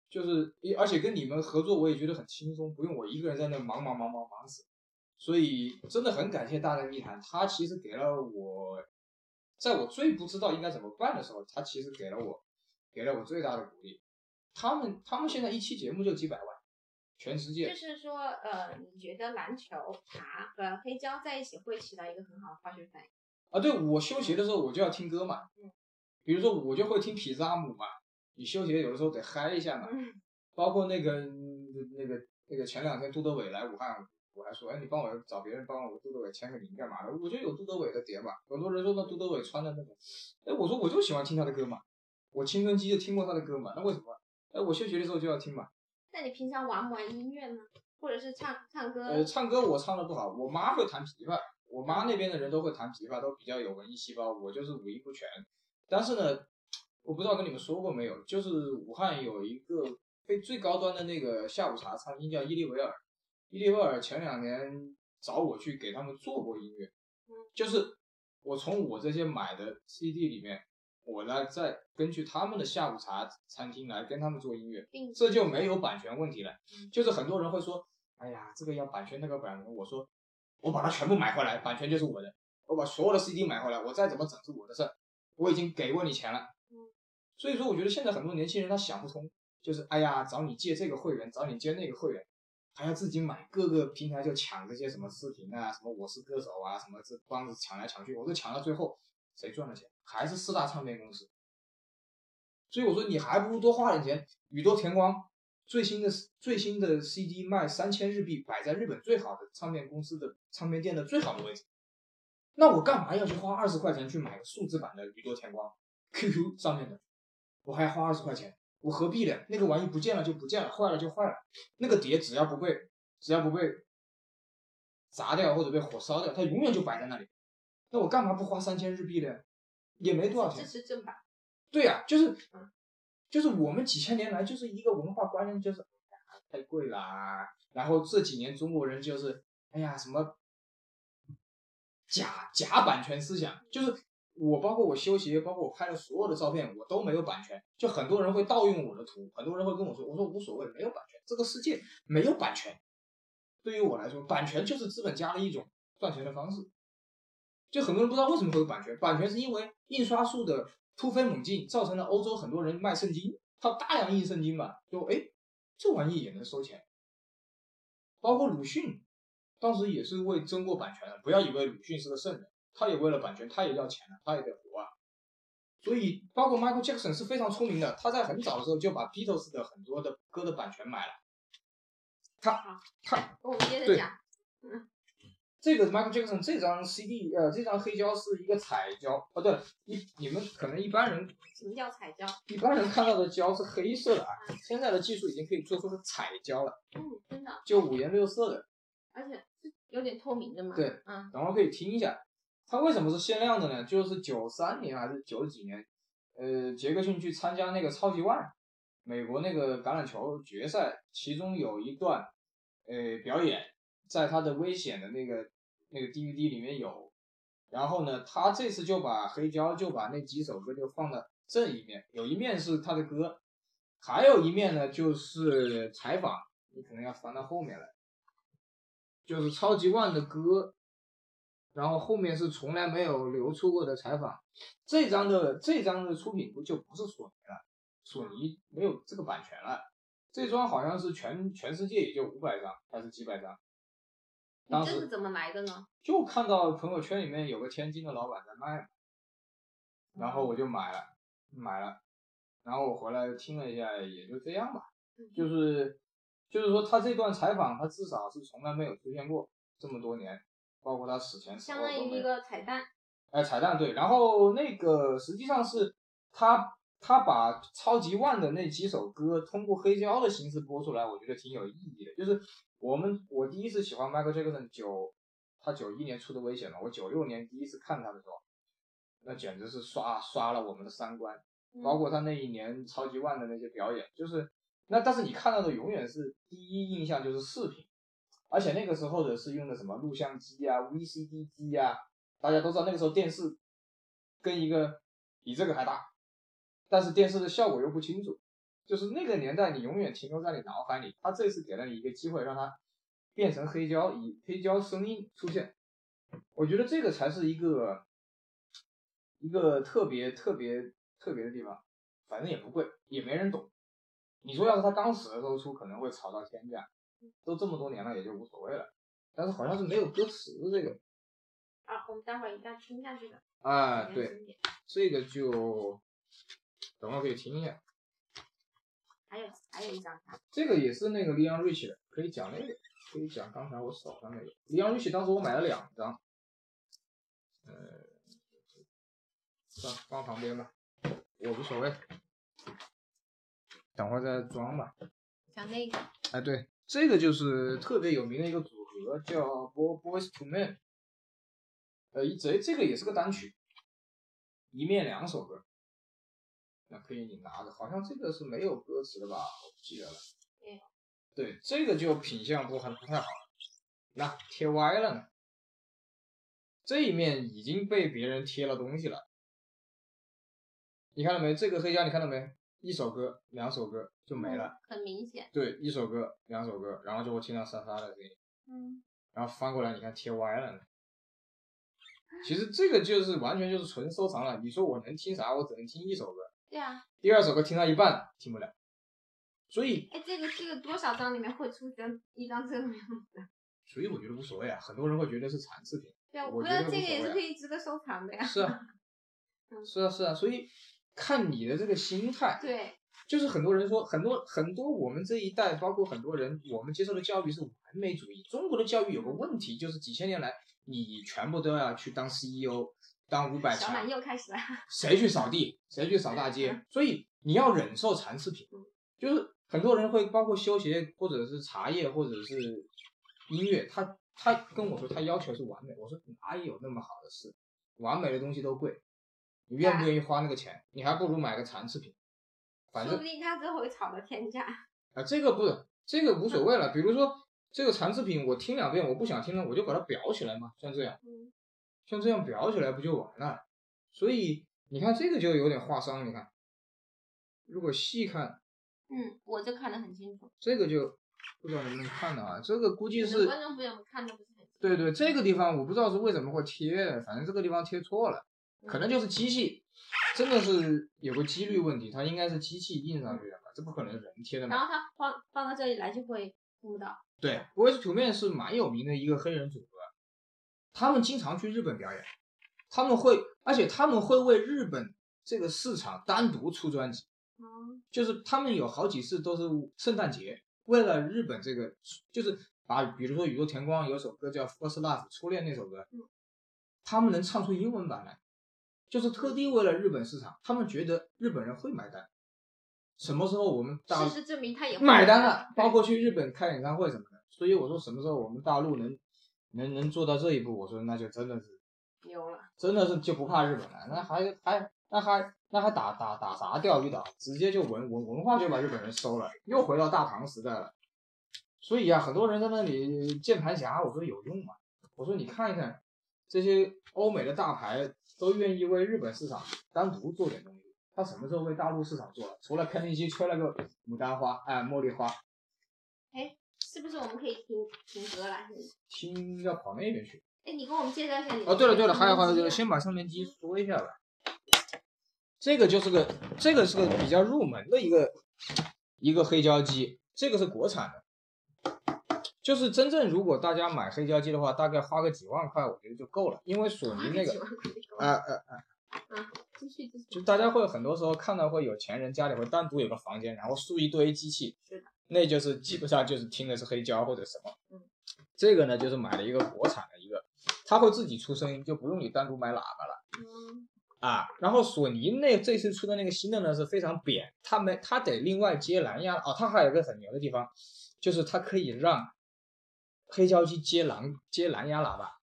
[SPEAKER 2] 就是，而且跟你们合作，我也觉得很轻松，不用我一个人在那忙忙忙忙忙死。所以真的很感谢大内密谈，他其实给了我，在我最不知道应该怎么办的时候，他其实给了我，给了我最大的鼓励。他们他们现在一期节目就几百万，全世界
[SPEAKER 1] 就是说，呃，你觉得篮球、茶和呃黑胶在一起会起到一个很好的化学反应？
[SPEAKER 2] 啊，对我休鞋的时候我就要听歌嘛，比如说我就会听皮扎姆嘛，你休鞋有的时候得嗨一下嘛，
[SPEAKER 1] 嗯，
[SPEAKER 2] 包括那个那个那个前两天杜德伟来武汉，我还说，哎，你帮我找别人帮我杜德伟签个名干嘛的？我就有杜德伟的碟嘛。很多人说那杜德伟穿的那种，哎，我说我就喜欢听他的歌嘛，我青春期就听过他的歌嘛，那为什么？哎，我休学的时候就要听嘛。
[SPEAKER 1] *laughs* 那你平常玩不玩音乐呢？或者是唱唱歌？
[SPEAKER 2] 呃，唱歌我唱的不好，我妈会弹琵琶，我妈那边的人都会弹琵琶，都比较有文艺细胞，我就是五音不全。但是呢，我不知道跟你们说过没有，就是武汉有一个非最高端的那个下午茶餐厅叫伊利维尔，伊利维尔前两年找我去给他们做过音乐，就是我从我这些买的 CD 里面，我来再根据他们的下午茶餐厅来跟他们做音乐，
[SPEAKER 1] 并
[SPEAKER 2] 这就没有版权问题了。就是很多人会说，哎呀，这个要版权，那个版权。我说，我把它全部买回来，版权就是我的。我把所有的 CD 买回来，我再怎么整是我的事儿。我已经给过你钱了
[SPEAKER 1] 嗯。
[SPEAKER 2] 所以说，我觉得现在很多年轻人他想不通，就是哎呀，找你借这个会员，找你借那个会员，还要自己买，各个平台就抢这些什么视频啊，什么我是歌手啊，什么这帮子抢来抢去，我都抢到最后，谁赚了钱？还是四大唱片公司。所以我说你还不如多花点钱。宇多田光最新的最新的 CD 卖三千日币，摆在日本最好的唱片公司的唱片店的最好的位置。那我干嘛要去花二十块钱去买个数字版的宇多田光 QQ 上面的？我还要花二十块钱，我何必呢？那个玩意不见了就不见了，坏了就坏了。那个碟只要不被只要不被砸掉或者被火烧掉，它永远就摆在那里。那我干嘛不花三千日币呢？也没多少钱
[SPEAKER 1] 支。持正版。
[SPEAKER 2] 对呀、就是就是我们几千年来就是一个文化观念，就是哎呀太贵啦。然后这几年中国人就是哎呀什么假假版权思想，就是我包括我修鞋，包括我拍的所有的照片，我都没有版权。就很多人会盗用我的图，很多人会跟我说，我说无所谓，没有版权，这个世界没有版权。对于我来说，版权就是资本家的一种赚钱的方式。就很多人不知道为什么会有版权，版权是因为印刷术的突飞猛进，造成了欧洲很多人卖圣经，他大量印圣经嘛，就哎，这玩意也能收钱。包括鲁迅，当时也是为争过版权的。不要以为鲁迅是个圣人，他也为了版权，他也要钱啊，他也得活啊。所以，包括 Michael Jackson 是非常聪明的，他在很早的时候就把 Beatles 的很多的歌的版权买了。他他
[SPEAKER 1] 我们接着
[SPEAKER 2] 对
[SPEAKER 1] 讲，
[SPEAKER 2] 这个 Michael Jackson 这张 CD 呃这张黑胶是一个彩胶哦，对了，你你们可能一般人
[SPEAKER 1] 什么叫彩椒？
[SPEAKER 2] 一般人看到的胶是黑色的啊，现在的技术已经可以做出是彩胶了，
[SPEAKER 1] 嗯，真的，
[SPEAKER 2] 就五颜六色的，
[SPEAKER 1] 而且是有点透明的嘛。
[SPEAKER 2] 对，
[SPEAKER 1] 嗯，
[SPEAKER 2] 然后可以听一下。它为什么是限量的呢？就是九三年还是九几年，呃，杰克逊去参加那个超级碗，美国那个橄榄球决赛，其中有一段，呃，表演在他的危险的那个那个 DVD 里面有。然后呢，他这次就把黑胶就把那几首歌就放到正一面，有一面是他的歌，还有一面呢就是采访，你可能要翻到后面来，就是超级万的歌，然后后面是从来没有流出过的采访。这张的这张的出品部就不是索尼了，
[SPEAKER 1] 嗯
[SPEAKER 2] 索尼没有这个版权了。这张好像是全全世界也就五百张还是几百张，
[SPEAKER 1] 你
[SPEAKER 2] 当
[SPEAKER 1] 这
[SPEAKER 2] 时
[SPEAKER 1] 是怎么来的呢？
[SPEAKER 2] 就看到朋友圈里面有个天津的老板在卖嘛，然后我
[SPEAKER 1] 嗯
[SPEAKER 2] 就买了，买了，然后我回来听了一下，也就这样吧，
[SPEAKER 1] 嗯
[SPEAKER 2] 就是就是说他这段采访，他至少是从来没有出现过，这么多年，包括他死前死
[SPEAKER 1] 相
[SPEAKER 2] 后都
[SPEAKER 1] 当于
[SPEAKER 2] 没
[SPEAKER 1] 一
[SPEAKER 2] 有。
[SPEAKER 1] 个彩蛋。
[SPEAKER 2] 哎，彩蛋对，然后那个实际上是他他把超级万的那几首歌通过黑胶的形式播出来，我觉得挺有意义的。就是我们我第一次喜欢 Michael Jackson 九，他九一年出的《危险》嘛，我九六年第一次看他的时候，那简直是刷刷了我们的三观。
[SPEAKER 1] 嗯
[SPEAKER 2] 包括他那一年超级万的那些表演，就是那但是你看到的永远是第一印象就是视频，而且那个时候的是用的什么录像机啊、VCD 机啊，大家都知道那个时候电视跟一个比这个还大，但是电视的效果又不清楚，就是那个年代你永远停留在你脑海里。他这次给了你一个机会，让它变成黑胶，以黑胶声音出现，我觉得这个才是一个一个特别特别特别的地方，反正也不贵，也没人懂。你说要是他刚死的时候出，可能会炒到天价，都这么多年了，也就无所谓了。但是好像是没有歌词的这个
[SPEAKER 1] 啊，我们待会儿一定要听一下这个。
[SPEAKER 2] 啊，
[SPEAKER 1] 比较
[SPEAKER 2] 对，
[SPEAKER 1] 经典。
[SPEAKER 2] 这个就等会儿可以听一下。
[SPEAKER 1] 还有还有一张卡，
[SPEAKER 2] 这个也是那个 Leon Rich 的，可以讲那个，可以讲刚才我手上那个 Leon Rich。当时我买了两张，呃，放放旁边吧，我无所谓，等会儿再装吧。
[SPEAKER 1] 像那个
[SPEAKER 2] 哎，对，这个就是特别有名的一个组合，叫 Bo- Boys to Men。呃，这这个也是个单曲，一面两首歌。那可以你拿着，好像这个是没有歌词的吧？我不记得了。
[SPEAKER 1] 没有。
[SPEAKER 2] 对，这个就品相不很不太好，那贴歪了呢。这一面已经被别人贴了东西了。你看到没？这个黑胶你看到没？一首歌，两首歌就没了。，
[SPEAKER 1] 很明显。
[SPEAKER 2] 对，一首歌，两首歌，然后就会听到沙沙的声音，
[SPEAKER 1] 嗯，
[SPEAKER 2] 然后翻过来你看贴歪了呢。其实这个就是完全就是纯收藏了。你说我能听啥？我只能听一首歌，
[SPEAKER 1] 对啊，
[SPEAKER 2] 第二首歌听到一半听不了。所以，
[SPEAKER 1] 哎，这个这个多少张里面会出现一张这个名字？
[SPEAKER 2] 所以我觉得无所谓啊。很多人会觉得是残次品，
[SPEAKER 1] 对啊，
[SPEAKER 2] 我
[SPEAKER 1] 不知
[SPEAKER 2] 觉
[SPEAKER 1] 道这
[SPEAKER 2] 得无
[SPEAKER 1] 个
[SPEAKER 2] 所
[SPEAKER 1] 也
[SPEAKER 2] 谓
[SPEAKER 1] 是 *laughs*
[SPEAKER 2] 啊
[SPEAKER 1] 可以值得收藏的呀。
[SPEAKER 2] 是啊，
[SPEAKER 1] 嗯
[SPEAKER 2] 是啊，是啊。所以看你的这个心态。
[SPEAKER 1] 对，
[SPEAKER 2] 就是很多人说，很多很多我们这一代，包括很多人，我们接受的教育是完美主义。中国的教育有个问题，就是几千年来，你全部都要去当 CEO，当五百
[SPEAKER 1] 小嗯
[SPEAKER 2] 强
[SPEAKER 1] 满，又开始了。
[SPEAKER 2] 谁去扫地，谁去扫大街，所以你要忍受残次品。
[SPEAKER 1] 嗯
[SPEAKER 2] 就是很多人会包括修鞋，或者是茶叶，或者是音乐，他他跟我说他要求是完美，我说哪有那么好的事？完美的东西都贵，你愿
[SPEAKER 1] 哎
[SPEAKER 2] 不愿意花那个钱？你还不如买个残次品。反
[SPEAKER 1] 说
[SPEAKER 2] 正
[SPEAKER 1] 不定他最后会炒到天价。
[SPEAKER 2] 啊，这个不是，这个
[SPEAKER 1] 嗯
[SPEAKER 2] 无所谓了。比如说这个残次品，我听两遍，我不想听了，我就把它裱起来嘛，像这样，
[SPEAKER 1] 嗯，
[SPEAKER 2] 像这样裱起来不就完了？所以你看这个就有点划伤，你看，如果细看
[SPEAKER 1] 嗯，我就看得很清楚，
[SPEAKER 2] 这个就不知道能不能看到啊，这个估计
[SPEAKER 1] 可能
[SPEAKER 2] 是
[SPEAKER 1] 观众朋友们看的不是很清楚。
[SPEAKER 2] 对对，这个地方我不知道是为什么会贴，反正这个地方贴错了，
[SPEAKER 1] 嗯
[SPEAKER 2] 可能就是机器。真的是有个几率问题，它应该是机器印上去的吧？这不可能人贴的嘛
[SPEAKER 1] 嗯然。后他放放到这里来就会误导。
[SPEAKER 2] 对，Boys to Men 是蛮有名的一个黑人组合，他们经常去日本表演，他们会，而且他们会为日本这个市场单独出专辑，
[SPEAKER 1] 嗯，
[SPEAKER 2] 就是他们有好几次都是圣诞节，为了日本这个，就是把比如说宇宙田光有首歌叫《First Love》初恋那首歌
[SPEAKER 1] 嗯，
[SPEAKER 2] 他们能唱出英文版来，就是特地为了日本市场，他们觉得日本人会买单。什么时候我们大陆
[SPEAKER 1] 事实证明他也会
[SPEAKER 2] 买单了，
[SPEAKER 1] 对
[SPEAKER 2] 包括去日本开演唱会什么的。所以我说，什么时候我们大陆能能能做到这一步？我说那就真的是
[SPEAKER 1] 牛了。
[SPEAKER 2] 真的是就不怕日本了，那还还那还那还打打打啥钓鱼岛？直接就文文文化就把日本人收了，又回到大唐时代了。所以啊，很多人在那里键盘侠，我说有用吗？我说你看一看，这些欧美的大牌都愿意为日本市场单独做点东西，他什么时候为大陆市场做了？除了肯尼基吹了个牡丹花，哎，茉莉花，
[SPEAKER 1] 是不是我们可以停停歌了？现在
[SPEAKER 2] 听要跑那边去。
[SPEAKER 1] 哎，你给我们介绍一下你的
[SPEAKER 2] 哦，对了对了，
[SPEAKER 1] 这个
[SPEAKER 2] 还有还有，
[SPEAKER 1] 机
[SPEAKER 2] 就是
[SPEAKER 1] 啊
[SPEAKER 2] 先把上面机说一下吧。这个就是个，这个是个比较入门的一个一个黑胶机，这个是国产的。就是真正如果大家买黑胶机的话，大概花个几万块，我觉得就够了，因为索尼那
[SPEAKER 1] 喜
[SPEAKER 2] 个，
[SPEAKER 1] 欢管理狗
[SPEAKER 2] 啊啊，
[SPEAKER 1] 继续继续。
[SPEAKER 2] 就大家会很多时候看到会有钱人家里会单独有个房间，然后竖一堆机器，
[SPEAKER 1] 是的
[SPEAKER 2] 那就是基本上就是听的是黑胶或者什么。
[SPEAKER 1] 嗯，
[SPEAKER 2] 这个呢就是买了一个国产的一个，它会自己出声音，就不用你单独买喇叭了。
[SPEAKER 1] 嗯，
[SPEAKER 2] 啊，然后索尼那这次出的那个新的呢是非常扁，它没它得另外接蓝牙哦，它还有一个很牛的地方，就是它可以让黑胶机接蓝接蓝牙喇叭，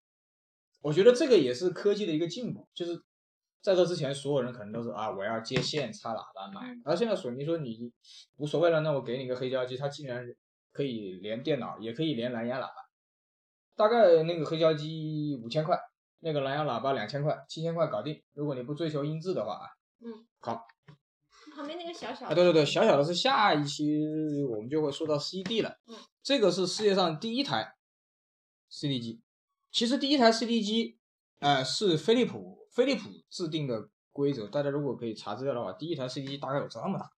[SPEAKER 2] 我觉得这个也是科技的一个进步，就是在这之前所有人可能都是啊我要接线插喇叭买
[SPEAKER 1] 嗯，
[SPEAKER 2] 然后现在索尼说你无所谓了，那我给你个黑胶机，它竟然可以连电脑，也可以连蓝牙喇叭，大概那个黑胶机五千块。那个蓝牙喇叭两千块，七千块搞定。如果你不追求音质的话啊，
[SPEAKER 1] 旁边那个小小
[SPEAKER 2] 啊
[SPEAKER 1] 的，
[SPEAKER 2] 对对对，小小的是下一期我们就会说到 CD 了。
[SPEAKER 1] 嗯，
[SPEAKER 2] 这个是世界上第一台 CD 机。其实第一台 CD 机，呃，是飞利浦飞利浦制定的规则。大家如果可以查资料的话，第一台 CD 机大概有这么大。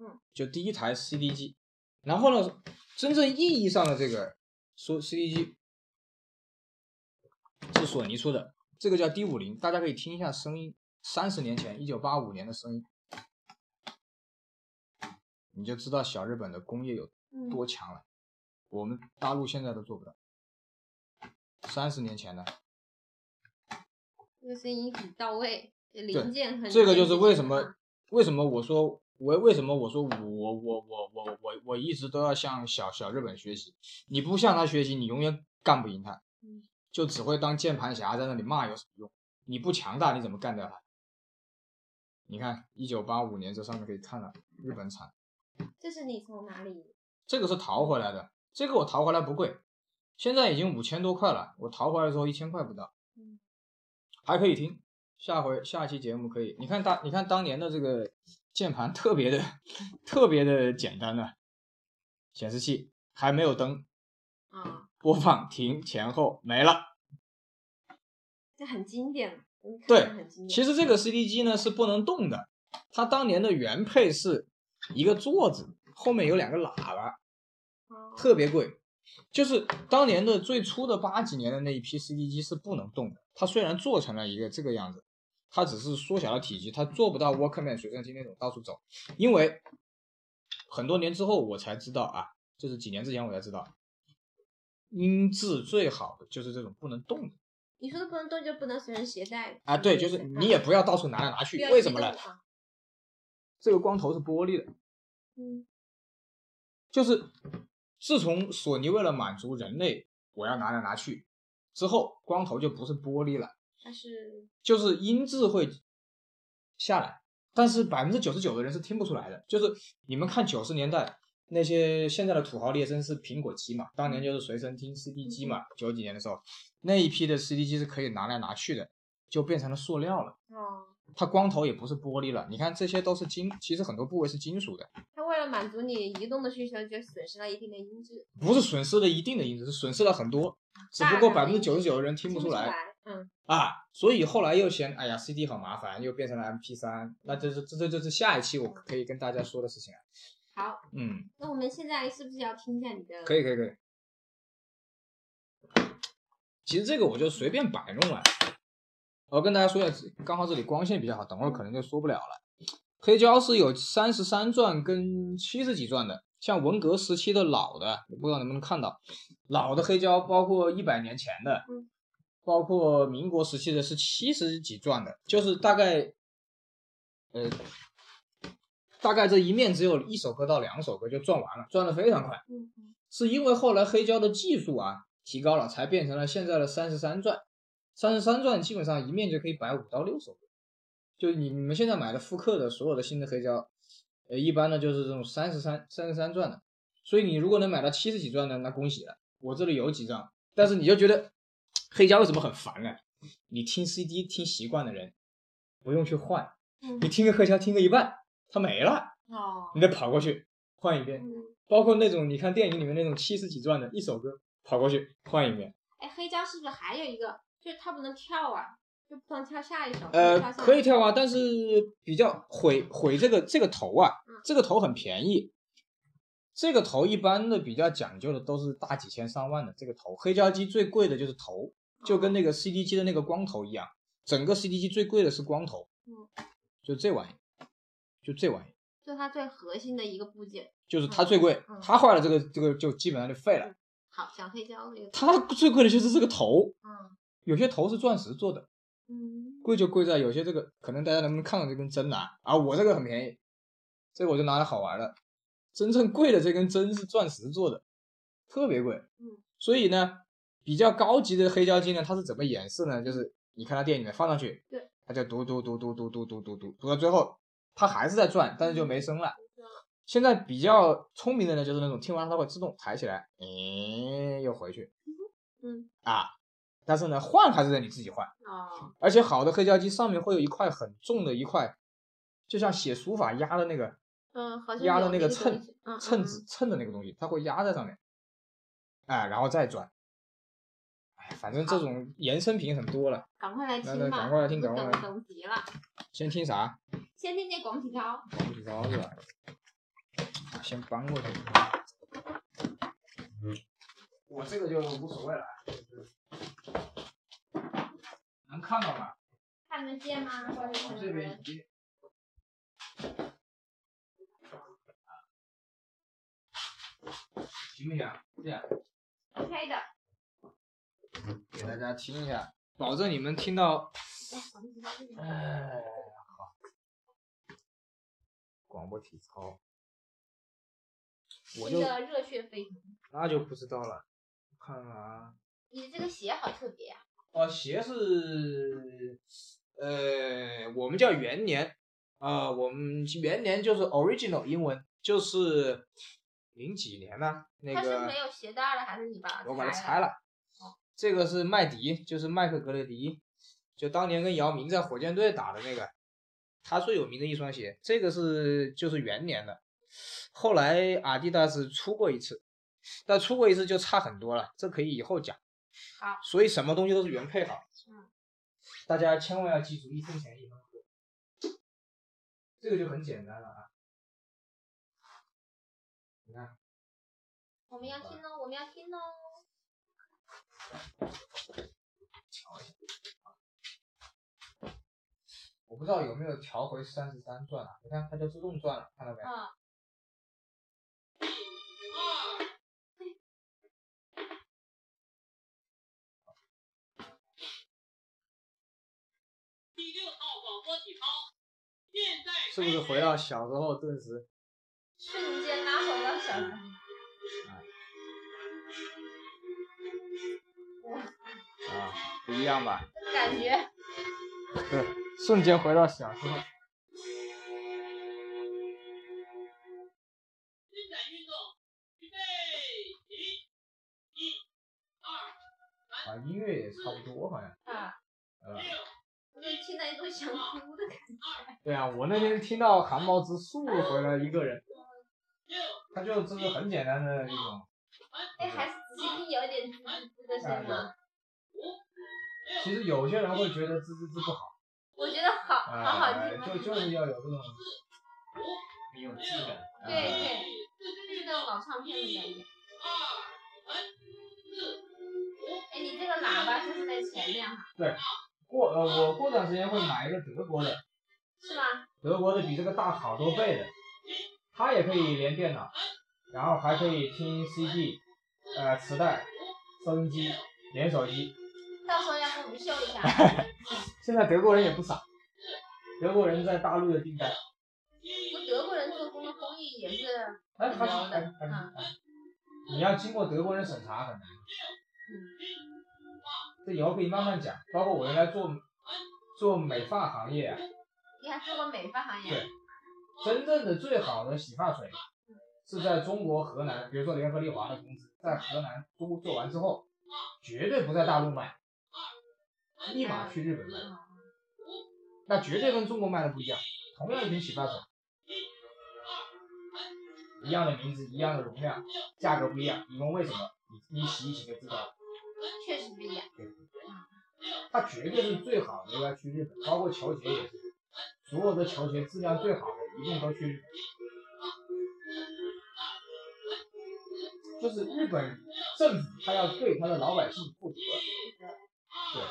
[SPEAKER 1] 嗯，
[SPEAKER 2] 就第一台 CD 机。然后呢，真正意义上的这个说 CD 机是索尼出的，这个叫 D 五零，大家可以听一下声音。三十年前，一九八五年的声音，你就知道小日本的工业有
[SPEAKER 1] 嗯
[SPEAKER 2] 多强了。我们大陆现在都做不到。三十年前呢，
[SPEAKER 1] 这个声音很到位，呃
[SPEAKER 2] 对
[SPEAKER 1] 零件很。啊
[SPEAKER 2] 这个就是为什么为什么我说我为什么我说我我我我我我我一直都要向小小日本学习。你不向他学习，你永远干不赢他
[SPEAKER 1] 嗯，
[SPEAKER 2] 就只会当键盘侠在那里骂有什么用？你不强大，你怎么干掉他？你看，一九八五年这上面可以看到日本产。
[SPEAKER 1] 这是你从哪里？
[SPEAKER 2] 这个是淘回来的，这个我淘回来不贵，现在已经五千多块了，我淘回来的时候一千块不到，
[SPEAKER 1] 嗯，
[SPEAKER 2] 还可以听。下回下期节目可以，你看当你看当年的这个键盘特别的特别的简单的，显示器还没有灯，
[SPEAKER 1] 啊，
[SPEAKER 2] 播放停前后没了。
[SPEAKER 1] 这很经典了，我看
[SPEAKER 2] 对
[SPEAKER 1] 着很经典。
[SPEAKER 2] 其实这个 CD 机呢是不能动的，它当年的原配是一个座子，后面有两个喇叭，
[SPEAKER 1] 哦
[SPEAKER 2] 特别贵。就是当年的最初的八几年的那一批 CD 机是不能动的，它虽然做成了一个这个样子，它只是缩小了体积，它做不到 Walkman 随身听那种到处走。因为很多年之后我才知道啊，就是几年之前我才知道，音质最好的就是这种不能动的
[SPEAKER 1] 你说的不能动就不能随身携带
[SPEAKER 2] 啊，对，就是你也不要到处拿来拿去
[SPEAKER 1] 不，要
[SPEAKER 2] 为什么
[SPEAKER 1] 移
[SPEAKER 2] 呢
[SPEAKER 1] 动？啊？
[SPEAKER 2] 这个光头是玻璃的，
[SPEAKER 1] 嗯，
[SPEAKER 2] 就是自从索尼为了满足人类我要拿来拿去之后，光头就不是玻璃了。
[SPEAKER 1] 但是
[SPEAKER 2] 就是音质会下来，但是百分之九十九的人是听不出来的。就是你们看九十年代那些现在的土豪劣绅是苹果机嘛，当年就是随身听 CD 机嘛，九几年的时候那一批的 CD 机是可以拿来拿去的，就变成了塑料了。
[SPEAKER 1] 哦，
[SPEAKER 2] 它光头也不是玻璃了，你看这些都是金，其实很多部位是金属的，
[SPEAKER 1] 它为了满足你移动的需求，就损失了一定的音质，
[SPEAKER 2] 不是损失了一定的音质，是损失了很多，只不过百分之九十啊九的人听
[SPEAKER 1] 听
[SPEAKER 2] 不
[SPEAKER 1] 出
[SPEAKER 2] 出来。。
[SPEAKER 1] 嗯，
[SPEAKER 2] 啊，所以后来又嫌哎呀 CD 好麻烦，又变成了 MP 三，那这是这这这是下一期我可以跟大家说的事情啊。
[SPEAKER 1] 好，
[SPEAKER 2] 嗯，
[SPEAKER 1] 那我们现在是不是要听一下你的？
[SPEAKER 2] 可以可以可以。其实这个我就随便摆弄了，我跟大家说一下，刚好这里光线比较好，等会儿可能就说不了了。黑胶是有三十三转跟七十几转的，像文革时期的老的，不知道能不能看到，老的黑胶包括一百年前的
[SPEAKER 1] 嗯，
[SPEAKER 2] 包括民国时期的是七十几转的，就是大概，呃，大概这一面只有一首歌到两首歌就转完了，转的非常快。
[SPEAKER 1] 嗯嗯
[SPEAKER 2] 是因为后来黑胶的技术啊提高了，才变成了现在的三十三转。三十三转基本上一面就可以摆五到六首歌，就你你们现在买的复刻的所有的新的黑胶，呃，一般呢就是这种三十三三十三转的。所以你如果能买到七十几转的，那恭喜了，我这里有几张。但是你就觉得黑胶为什么很烦呢？你听 CD 听习惯的人，不用去换，你
[SPEAKER 1] 嗯，
[SPEAKER 2] 听个黑胶听个一半，它没了，
[SPEAKER 1] 哦
[SPEAKER 2] 你，得跑过去换一遍。
[SPEAKER 1] 嗯，
[SPEAKER 2] 包括那种你看电影里面那种七十几转的一首歌跑过去换一遍，
[SPEAKER 1] 哎，黑胶是不是还有一个，就是它不能跳啊，就不能跳下一首？不
[SPEAKER 2] 呃
[SPEAKER 1] 能，下
[SPEAKER 2] 可以
[SPEAKER 1] 一首。
[SPEAKER 2] 跳啊，但是比较毁毁这个这个头啊
[SPEAKER 1] 嗯，
[SPEAKER 2] 这个头很便宜，这个头一般的比较讲究的都是大几千上万的这个头，黑胶机最贵的就是头，就跟
[SPEAKER 1] 哦
[SPEAKER 2] 那个 CD 机的那个光头一样，整个 CD 机最贵的是光头
[SPEAKER 1] 嗯，
[SPEAKER 2] 就这玩意，就这玩意。
[SPEAKER 1] 就它最核心的一个部件。
[SPEAKER 2] 就是它最贵
[SPEAKER 1] 嗯，
[SPEAKER 2] 它坏了这个这个就基本上就废了。
[SPEAKER 1] 好，讲黑胶那个。
[SPEAKER 2] 它最贵的就是这个头，
[SPEAKER 1] 嗯
[SPEAKER 2] 有些头是钻石做的，
[SPEAKER 1] 嗯，
[SPEAKER 2] 贵就贵在有些这个可能大家能不能看到这根针呐、啊？我这个很便宜，这个我就拿来好玩了。真正贵的这根针是钻石做的，特别贵。
[SPEAKER 1] 嗯，
[SPEAKER 2] 所以呢，比较高级的黑胶机呢，它是怎么演示呢？就是你看它电影里面放上去，
[SPEAKER 1] 对，
[SPEAKER 2] 它就嘟嘟嘟嘟嘟嘟嘟嘟嘟，读到最后它还是在转，但是就没声了。
[SPEAKER 1] 嗯
[SPEAKER 2] *laughs* 现在比较聪明的呢，就是那种听完它会自动抬起来，嗯，又回去
[SPEAKER 1] 嗯，
[SPEAKER 2] 啊。但是呢，换还是得你自己换。
[SPEAKER 1] 哦，
[SPEAKER 2] 而且好的黑胶机上面会有一块很重的一块，就像写书法压的那个
[SPEAKER 1] 嗯，好像
[SPEAKER 2] 压
[SPEAKER 1] 有
[SPEAKER 2] 的那个
[SPEAKER 1] 东
[SPEAKER 2] 秤
[SPEAKER 1] 西嗯
[SPEAKER 2] 秤子秤的那个东西，它会压在上面，哎，然后再转。哎，反正这种衍生品很多了。
[SPEAKER 1] 赶快来
[SPEAKER 2] 来
[SPEAKER 1] 听
[SPEAKER 2] 来
[SPEAKER 1] 吧，
[SPEAKER 2] 赶快来听
[SPEAKER 1] 都
[SPEAKER 2] 赶快
[SPEAKER 1] 等
[SPEAKER 2] 来
[SPEAKER 1] 等急了。
[SPEAKER 2] 先听啥？
[SPEAKER 1] 先听见广体操，
[SPEAKER 2] 黄皮高是吧？啊，先搬过去。我这个就无所谓了，就是能看到吗？
[SPEAKER 1] 看得见吗？或者
[SPEAKER 2] 我
[SPEAKER 1] 是
[SPEAKER 2] 这边已经。行不行？这样
[SPEAKER 1] OK 的。
[SPEAKER 2] 给大家听一下，保证你们听到。
[SPEAKER 1] 来，广体操这个。
[SPEAKER 2] 哎，好。广播体操，我
[SPEAKER 1] 一
[SPEAKER 2] 就
[SPEAKER 1] 个热血沸腾，
[SPEAKER 2] 那就不知道了。看啊，
[SPEAKER 1] 你的这个鞋好特别呀、啊
[SPEAKER 2] 哦，鞋是，呃，我们叫元年啊、我们元年就是 original 英文，就是零几年呢、那
[SPEAKER 1] 它是
[SPEAKER 2] 个
[SPEAKER 1] 没有鞋带的，还是你把它
[SPEAKER 2] 我把它
[SPEAKER 1] 拆
[SPEAKER 2] 拆
[SPEAKER 1] 了？
[SPEAKER 2] 了。这个是麦迪，就是麦克格雷迪，就当年跟姚明在火箭队打的那个，他最有名的一双鞋。这个是就是元年的，后来阿迪达斯出过一次，但出过一次就差很多了，这可以以后讲。
[SPEAKER 1] 好，
[SPEAKER 2] 所以什么东西都是原配好。
[SPEAKER 1] 嗯，
[SPEAKER 2] 大家千万要记住一分钱一分货，这个就很简单了啊。你看，
[SPEAKER 1] 我们要听哦，我们要听哦。
[SPEAKER 2] 不知道有没有调回三十三转啊？你看它就自动转了，看到没？
[SPEAKER 1] 啊，
[SPEAKER 3] 第六套广播体操，现在
[SPEAKER 2] 是不是回到小时候顿时
[SPEAKER 1] 瞬间拉回到小时候。
[SPEAKER 2] 啊不一样吧？
[SPEAKER 1] 感觉
[SPEAKER 2] 瞬间回到小时候。
[SPEAKER 3] 伸展运动，预备，起，一、二、
[SPEAKER 2] 啊，音乐也差不多好像。
[SPEAKER 1] 啊， *laughs*
[SPEAKER 2] 呃，
[SPEAKER 3] 六。
[SPEAKER 1] 我就听到一种想哭的感觉。
[SPEAKER 2] 对啊，我那天听到汗毛直竖回来一个人，他就这是很简单的一种，
[SPEAKER 1] 哎，还是只听有点滋滋滋的声音啊。
[SPEAKER 2] 其实有些人会觉得滋滋滋不好，
[SPEAKER 1] 我觉得好
[SPEAKER 2] 啊、
[SPEAKER 1] 好好听啊。
[SPEAKER 2] 就就是要有这种你有质感。
[SPEAKER 1] 对
[SPEAKER 2] 啊
[SPEAKER 1] 对，就是那种老唱片的感觉。哎，你这个喇叭就是在前面哈，
[SPEAKER 2] 过呃，我过段时间会买一个德国的，
[SPEAKER 1] 是吗？
[SPEAKER 2] 德国的比这个大好多倍的，它也可以连电脑，然后还可以听 CD，呃，磁带、收音机、连手机。
[SPEAKER 1] 到时候要不我们秀一
[SPEAKER 2] *laughs*
[SPEAKER 1] 下。
[SPEAKER 2] 现在德国人也不傻，德国人在大陆的订单，
[SPEAKER 1] 我们德国人做工的工艺也是，
[SPEAKER 2] 哎，还
[SPEAKER 1] 聊
[SPEAKER 2] 是
[SPEAKER 1] 的
[SPEAKER 2] 哎还是
[SPEAKER 1] 嗯
[SPEAKER 2] 哎你要经过德国人审查很难。
[SPEAKER 1] 嗯
[SPEAKER 2] 这以后可以慢慢讲，包括我原来做做美发行业啊，
[SPEAKER 1] 你还做过美发行业
[SPEAKER 2] 对，真正的最好的洗发水是在中国河南，比如说联合利华的公司在河南都做完之后，绝对不在大陆卖，立马去日本卖，
[SPEAKER 1] 嗯
[SPEAKER 2] 那绝对跟中国卖的不一样。同样一瓶洗发水，一样的名字，一样的容量，价格不一样，你问为什么？你你洗一洗就知道了。
[SPEAKER 1] 嗯确实不一样。
[SPEAKER 2] 它绝对是最好的，应该去日本，包括球鞋也是，所有的球鞋质量最好的一定都去日本。就是日本政府，他要对他的老百姓负责。对，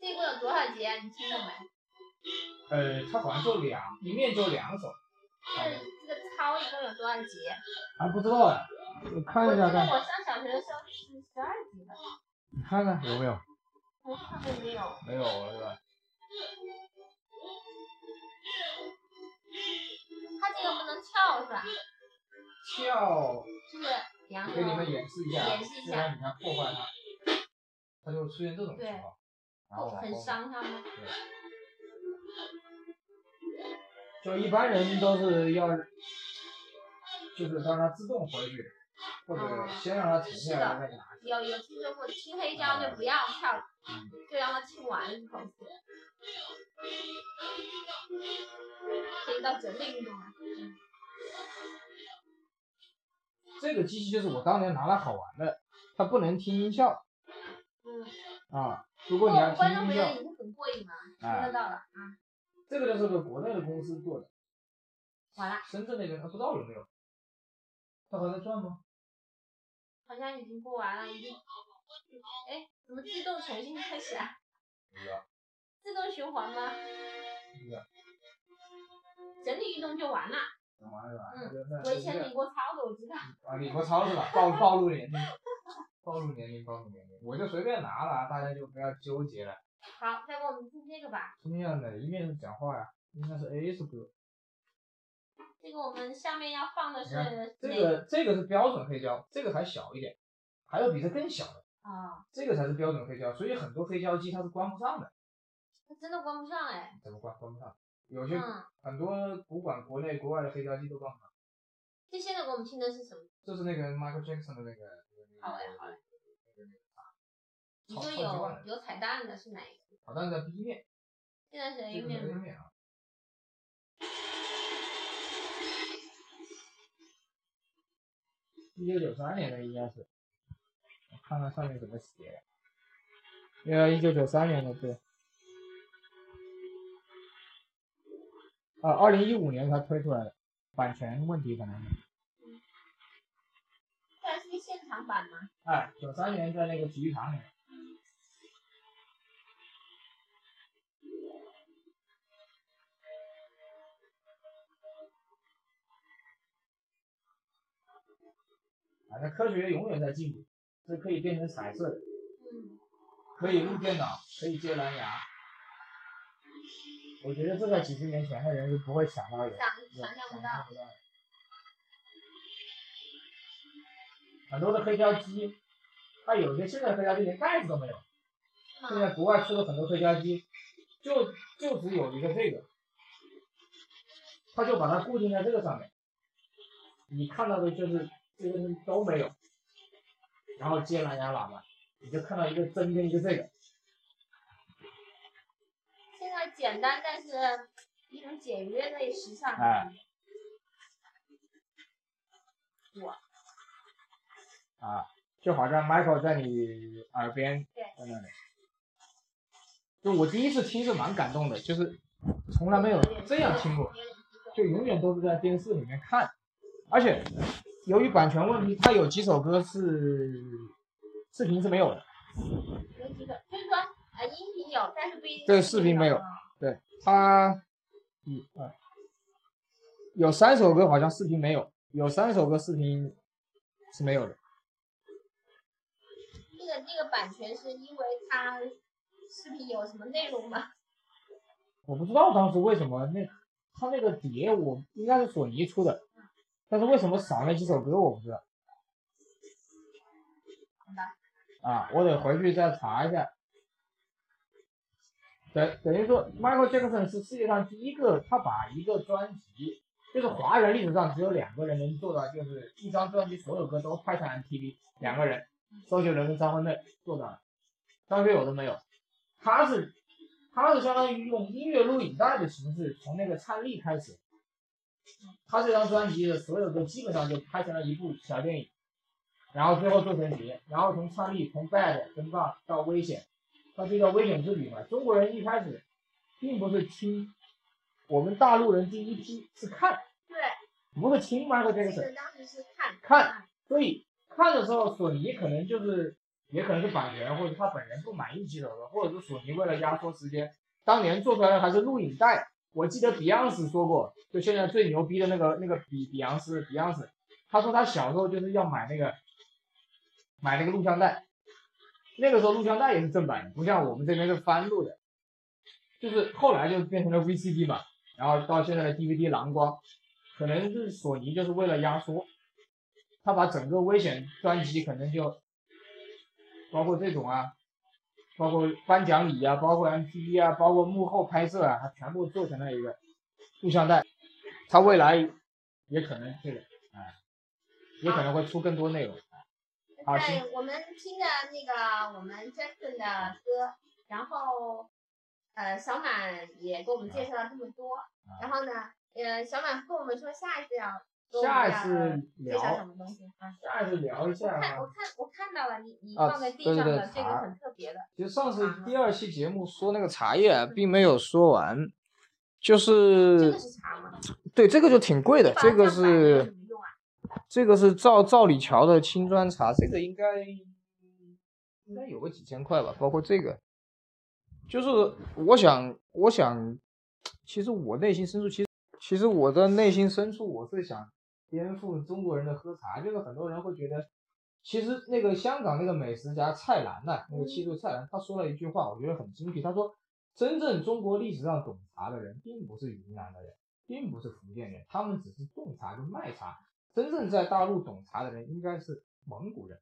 [SPEAKER 1] 这一共有多少节啊？你听过没？
[SPEAKER 2] 呃，他好像就两，一面就两首，嗯
[SPEAKER 1] 这这个操一共有多少节？
[SPEAKER 2] 还不知道哎，我看
[SPEAKER 1] 我
[SPEAKER 2] 一
[SPEAKER 1] 记
[SPEAKER 2] 下
[SPEAKER 1] 得
[SPEAKER 2] 看，
[SPEAKER 1] 我上小学的时候是十二级的，
[SPEAKER 2] 你看看有没有？
[SPEAKER 1] 我看过没有？
[SPEAKER 2] 没有了是吧？
[SPEAKER 1] 它这个不能跳是吧？
[SPEAKER 2] 跳，
[SPEAKER 1] 就是两
[SPEAKER 2] 给你
[SPEAKER 1] 个
[SPEAKER 2] 们演示一下，
[SPEAKER 1] 演示一下
[SPEAKER 2] 不然你看破坏它，它就会出现这种情
[SPEAKER 1] 对
[SPEAKER 2] 况，然后
[SPEAKER 1] 哦
[SPEAKER 2] 往
[SPEAKER 1] 很
[SPEAKER 2] 后。
[SPEAKER 1] 伤他们。
[SPEAKER 2] 就一般人都是要，就是让它自动回去，或者先让它停下来再拿。
[SPEAKER 1] 有有听说过，听黑胶就不要跳了，
[SPEAKER 2] 啊嗯，
[SPEAKER 1] 就让它听完一口气。涉及到整体运动啊了。
[SPEAKER 2] 这个机器就是我当年拿来好玩的，它不能听音效
[SPEAKER 1] 嗯，
[SPEAKER 2] 啊。如
[SPEAKER 1] 不
[SPEAKER 2] 果你要听
[SPEAKER 1] 观众
[SPEAKER 2] 音
[SPEAKER 1] 朋友
[SPEAKER 2] 效，
[SPEAKER 1] 已经很过瘾了，听
[SPEAKER 2] 哎
[SPEAKER 1] 得，到了啊。
[SPEAKER 2] 这个就是个国内的公司做的，
[SPEAKER 1] 完了，
[SPEAKER 2] 深圳那边它不知道有没有，它还在转吗？
[SPEAKER 1] 好像已经播完了，已经。哎，怎么自动重新开始啊？
[SPEAKER 2] 不知道，
[SPEAKER 1] 自动循环吗？
[SPEAKER 2] 不知道，
[SPEAKER 1] 整理运动就完了。
[SPEAKER 2] 啊怎么了？
[SPEAKER 1] 嗯
[SPEAKER 2] 嗯
[SPEAKER 1] 我以前理过操的，我知道。
[SPEAKER 2] 啊，李国超是吧？暴暴露年龄，
[SPEAKER 1] *laughs*
[SPEAKER 2] 暴露年龄，暴露年龄，我就随便拿了，啊大家就不要纠结了。
[SPEAKER 1] 好，要不我们听这个吧，
[SPEAKER 2] 今天要哪一面讲话呀？应该是 A 是不是？
[SPEAKER 1] 这个我们下面要放的是
[SPEAKER 2] 你这
[SPEAKER 1] 哪
[SPEAKER 2] 个这个是标准黑胶，这个还小一点，还有比这更小的，
[SPEAKER 1] 啊，
[SPEAKER 2] 这个才是标准黑胶。所以很多黑胶机它是关不上的，
[SPEAKER 1] 它真的关不上哎。
[SPEAKER 2] 怎么关关不上？有些、
[SPEAKER 1] 嗯，
[SPEAKER 2] 很多不管国内国外的黑胶机都关不上。
[SPEAKER 1] 这现在给我们听的是什么？
[SPEAKER 2] 这是那个 Michael Jackson 的那个，
[SPEAKER 1] 好嘞
[SPEAKER 2] 好嘞，
[SPEAKER 1] 你
[SPEAKER 2] 超
[SPEAKER 1] 说
[SPEAKER 2] 超级万能
[SPEAKER 1] 有有彩蛋的是哪一个？
[SPEAKER 2] 好像在 B 面，
[SPEAKER 1] 现在是
[SPEAKER 2] 这
[SPEAKER 1] A
[SPEAKER 2] 个是
[SPEAKER 1] 面
[SPEAKER 2] A
[SPEAKER 1] 吗？
[SPEAKER 2] 面啊。一九九三年的应该是，我看看上面怎么写。呃，一九九三年的对。啊，二零一五年才推出来的，版权问题可能。
[SPEAKER 1] 这还是个现场版吗？
[SPEAKER 2] 哎哎，九三年在那个体育场里面。反正科学永远在进步，这可以变成彩色的，
[SPEAKER 1] 嗯，
[SPEAKER 2] 可以录电脑，可以接蓝牙。我觉得这在几十年前的人是不会想到
[SPEAKER 1] 嗯
[SPEAKER 2] 有，有
[SPEAKER 1] 想想象不到。
[SPEAKER 2] 象不到的。很多的黑胶机，它有些现在黑胶机连盖子都没有。
[SPEAKER 1] 嗯
[SPEAKER 2] 现在国外出了很多黑胶机，就就只有一个这个，它就把它固定在这个上面，你看到的就是这个东西都没有，然后接蓝牙喇叭，你就看到一个针跟一个这个，
[SPEAKER 1] 现在简单，但是一种简约的时尚。
[SPEAKER 2] 哎，
[SPEAKER 1] 哇，
[SPEAKER 2] 啊，就好像 Michael 在你耳边
[SPEAKER 1] 对
[SPEAKER 2] 在那里，就我第一次听是蛮感动的，就是从来没有这样听过。就永远都是在电视里面看，而且由于版权问题，它有几首歌是视频是没有的，
[SPEAKER 1] 有几个，就是说呃，音频有，但是不一定。
[SPEAKER 2] 对视频没有。对，它一二呃有三首歌好像视频没有，有三首歌视频是没有的，
[SPEAKER 1] 这个这个版权是因为它视频有什么内容吗？ *laughs*
[SPEAKER 2] 我不知道当时为什么那它那个碟我应该是索尼出的，但是为什么少那几首歌我不知道
[SPEAKER 1] 好吧。
[SPEAKER 2] 啊，我得回去再查一下。等等于说，Michael Jackson 是世界上第一个，他把一个专辑，就是华人历史上只有两个人能做到，就是一张专辑所有歌都拍上 MTV，两个人，周杰伦跟张惠妹做到了，张学友都没有。他是他是相当于用音乐录影带的形式，从那个灿丽开始，他这张专辑的所有歌基本上就拍成了一部小电影，然后最后做成碟，然后从灿丽从 Bad 跟 Bug 到危险，它是一个危险之旅嘛。中国人一开始并不是听，我们大陆人第一批是看，
[SPEAKER 1] 对，
[SPEAKER 2] 不是听 Michael
[SPEAKER 1] 记
[SPEAKER 2] Jackson，
[SPEAKER 1] 得当时是看。
[SPEAKER 2] 看。所以看的时候，索尼可能就是，也可能是版权或者他本人不满意几首歌，或者是索尼为了压缩时间，当年做出来的还是录影带。我记得 Beyonce 说过，就现在最牛逼的那个那个比比昂斯 Beyonce，他说他小时候就是要买那个买那个录像带，那个时候录像带也是正版的，不像我们这边是翻录的，就是后来就变成了 VCD 嘛，然后到现在的 DVD 蓝光，可能是索尼就是为了压缩，他把整个危险专辑可能就包括这种啊，包括颁奖礼啊，包括 MTV 啊，包括幕后拍摄啊，他全部做成了一个录像带。他未来也可能这个，哎，也可能会出更多内容。好
[SPEAKER 1] 在我们听着那个我们 Jackson 的歌，然后呃小满也给我们介绍了这么
[SPEAKER 2] 啊
[SPEAKER 1] 多，然后呢，呃小满跟我们说下一次要跟我们
[SPEAKER 2] 下一
[SPEAKER 1] 要
[SPEAKER 2] 次
[SPEAKER 1] 介
[SPEAKER 2] 聊，
[SPEAKER 1] 绍什么东西啊？
[SPEAKER 2] 下一次聊一
[SPEAKER 1] 我看
[SPEAKER 2] 下
[SPEAKER 1] 我。看我看到了你你
[SPEAKER 4] 啊
[SPEAKER 1] 放在地
[SPEAKER 4] 对对
[SPEAKER 1] 上
[SPEAKER 4] 对
[SPEAKER 1] 的这个
[SPEAKER 4] 茶
[SPEAKER 1] 很特别的，
[SPEAKER 4] 其实上次第
[SPEAKER 1] 啊
[SPEAKER 4] 二期节目说那个茶叶并没有说完，就是
[SPEAKER 1] 嗯这个是茶吗？
[SPEAKER 4] 对这个就挺贵的，
[SPEAKER 1] 把
[SPEAKER 4] 这个
[SPEAKER 1] 酱摆了有什
[SPEAKER 4] 是
[SPEAKER 1] 么用啊？
[SPEAKER 4] 这个是赵赵李桥的青砖茶，这个应该应该有个几千块吧，包括这个。就是我想，我想，其实我内心深处，其实其实我的内心深处，我是想颠覆中国人的喝茶，就是很多人会觉得，其实那个香港那个美食家蔡澜呐、那个七度蔡澜，他说了一句话，我觉得很精辟，他说，真正中国历史上懂茶的人，并不是云南的人，并不是福建人，他们只是种茶跟卖茶，真正在大陆懂茶的人应该是蒙古人，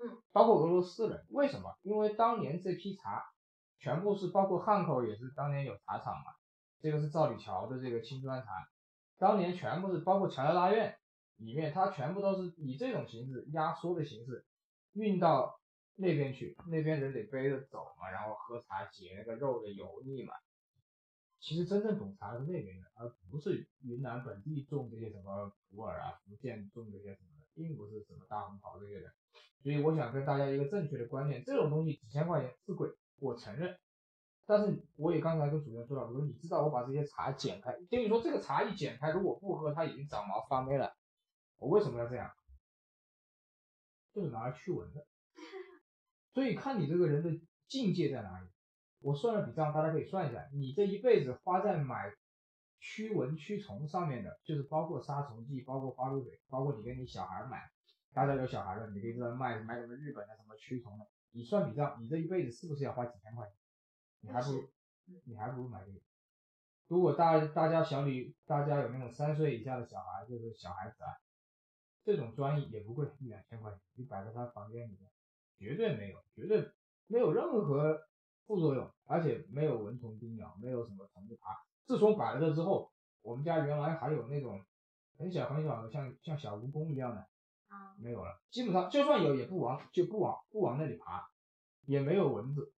[SPEAKER 1] 嗯，
[SPEAKER 4] 包括俄罗斯人。为什么？因为当年这批茶全部是包括汉口也是当年有茶厂嘛，这个是赵李桥的这个青砖茶，当年全部是包括乔家大院里面，它全部都是以这种形式压缩的形式运到那边去，那边人得背着走嘛，然后喝茶解那个肉的油腻嘛。其实真正懂茶是那边人，而不是云南本地种这些什么普洱啊、福建种这些什么的，并不是什么大红袍这些人。所以我想跟大家一个正确的观念，这种东西几千块钱是贵，我承认。但是我也刚才跟主持人说了，我说你知道我把这些茶剪开，等于说这个茶一剪开，如果不喝，它已经长毛发霉了。我为什么要这样？就是拿来驱蚊的。所以看你这个人的境界在哪里。我算了笔账，大家可以算一下，你这一辈子花在买驱蚊驱虫上面的，就是包括杀虫剂，包括花露水，包括你跟你小孩买
[SPEAKER 2] 大家有小孩了，你可以知道卖卖什么日本的什么驱虫的，你算笔账，你这一辈子是不是要花几千块钱？你还不如你还不如买这个。如果大大家小女大家有那种三岁以下的小孩，就是小孩子啊，这种专业也不贵，一两千块钱，你摆在他房间里面，绝对没有，绝对没有任何副作用，而且没有蚊虫叮咬，没有什么虫子爬。自从摆了这之后，我们家原来还有那种很小很小的，像像小蜈蚣一样的，
[SPEAKER 1] 啊，
[SPEAKER 2] 没有了，基本上就算有也不往就不往不往那里爬，也没有蚊子。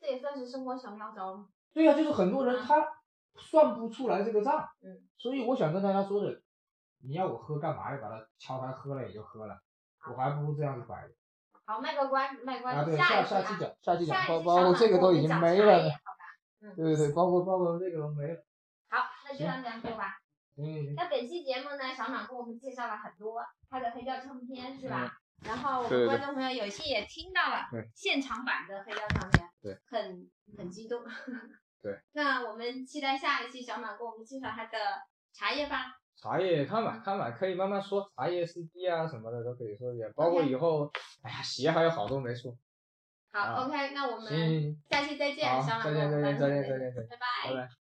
[SPEAKER 1] 这也算是生活小妙招吗？
[SPEAKER 2] 对呀、就是很多人他算不出来这个账，
[SPEAKER 1] 嗯，
[SPEAKER 2] 所以我想跟大家说的，你要我喝干嘛呀？把它敲开喝了也就喝了，我还不如这样子摆着。
[SPEAKER 1] 好，卖个关，卖关
[SPEAKER 2] 啊，
[SPEAKER 1] 子，
[SPEAKER 2] 对，下
[SPEAKER 1] 一
[SPEAKER 2] 期
[SPEAKER 1] 期啊，
[SPEAKER 2] 讲，下期讲，
[SPEAKER 1] 下
[SPEAKER 2] 包
[SPEAKER 1] 期
[SPEAKER 2] 包
[SPEAKER 1] 小
[SPEAKER 2] 括
[SPEAKER 1] 马
[SPEAKER 2] 这个
[SPEAKER 1] 哥
[SPEAKER 2] 都
[SPEAKER 1] 我
[SPEAKER 2] 已
[SPEAKER 1] 们
[SPEAKER 2] 经
[SPEAKER 1] 讲
[SPEAKER 2] 没
[SPEAKER 1] 茶
[SPEAKER 2] 了
[SPEAKER 1] 叶，嗯
[SPEAKER 2] 对对对，包括包括这个都没了。
[SPEAKER 1] 好，那就到这样对吧？
[SPEAKER 2] 嗯，
[SPEAKER 1] 那本期节目呢，小马给我们介绍了很多他的黑胶唱片，是吧？然后
[SPEAKER 5] 嗯
[SPEAKER 1] 我
[SPEAKER 5] 对对
[SPEAKER 1] 们观众朋友有些也听到了
[SPEAKER 5] 对
[SPEAKER 1] 现场版的黑胶唱片，
[SPEAKER 5] 对，
[SPEAKER 1] 很很激动。 *laughs*
[SPEAKER 5] 对，
[SPEAKER 1] 那我们期待下一期小马给我们介绍他的茶叶吧。
[SPEAKER 5] 茶叶看板看板可以慢慢说，茶叶师弟啊什么的都可以说一点，包括以后，哎呀，鞋还有好多没说。
[SPEAKER 1] 好、
[SPEAKER 5] 啊
[SPEAKER 1] o k 那我们
[SPEAKER 5] 行，
[SPEAKER 1] 下期再见，
[SPEAKER 5] 好，
[SPEAKER 1] 小马
[SPEAKER 5] 再
[SPEAKER 1] 给我
[SPEAKER 5] 见
[SPEAKER 1] 们
[SPEAKER 5] 再见再见再
[SPEAKER 1] 观众
[SPEAKER 5] 见
[SPEAKER 1] 朋友
[SPEAKER 5] 再见，
[SPEAKER 1] 拜拜
[SPEAKER 5] 拜拜。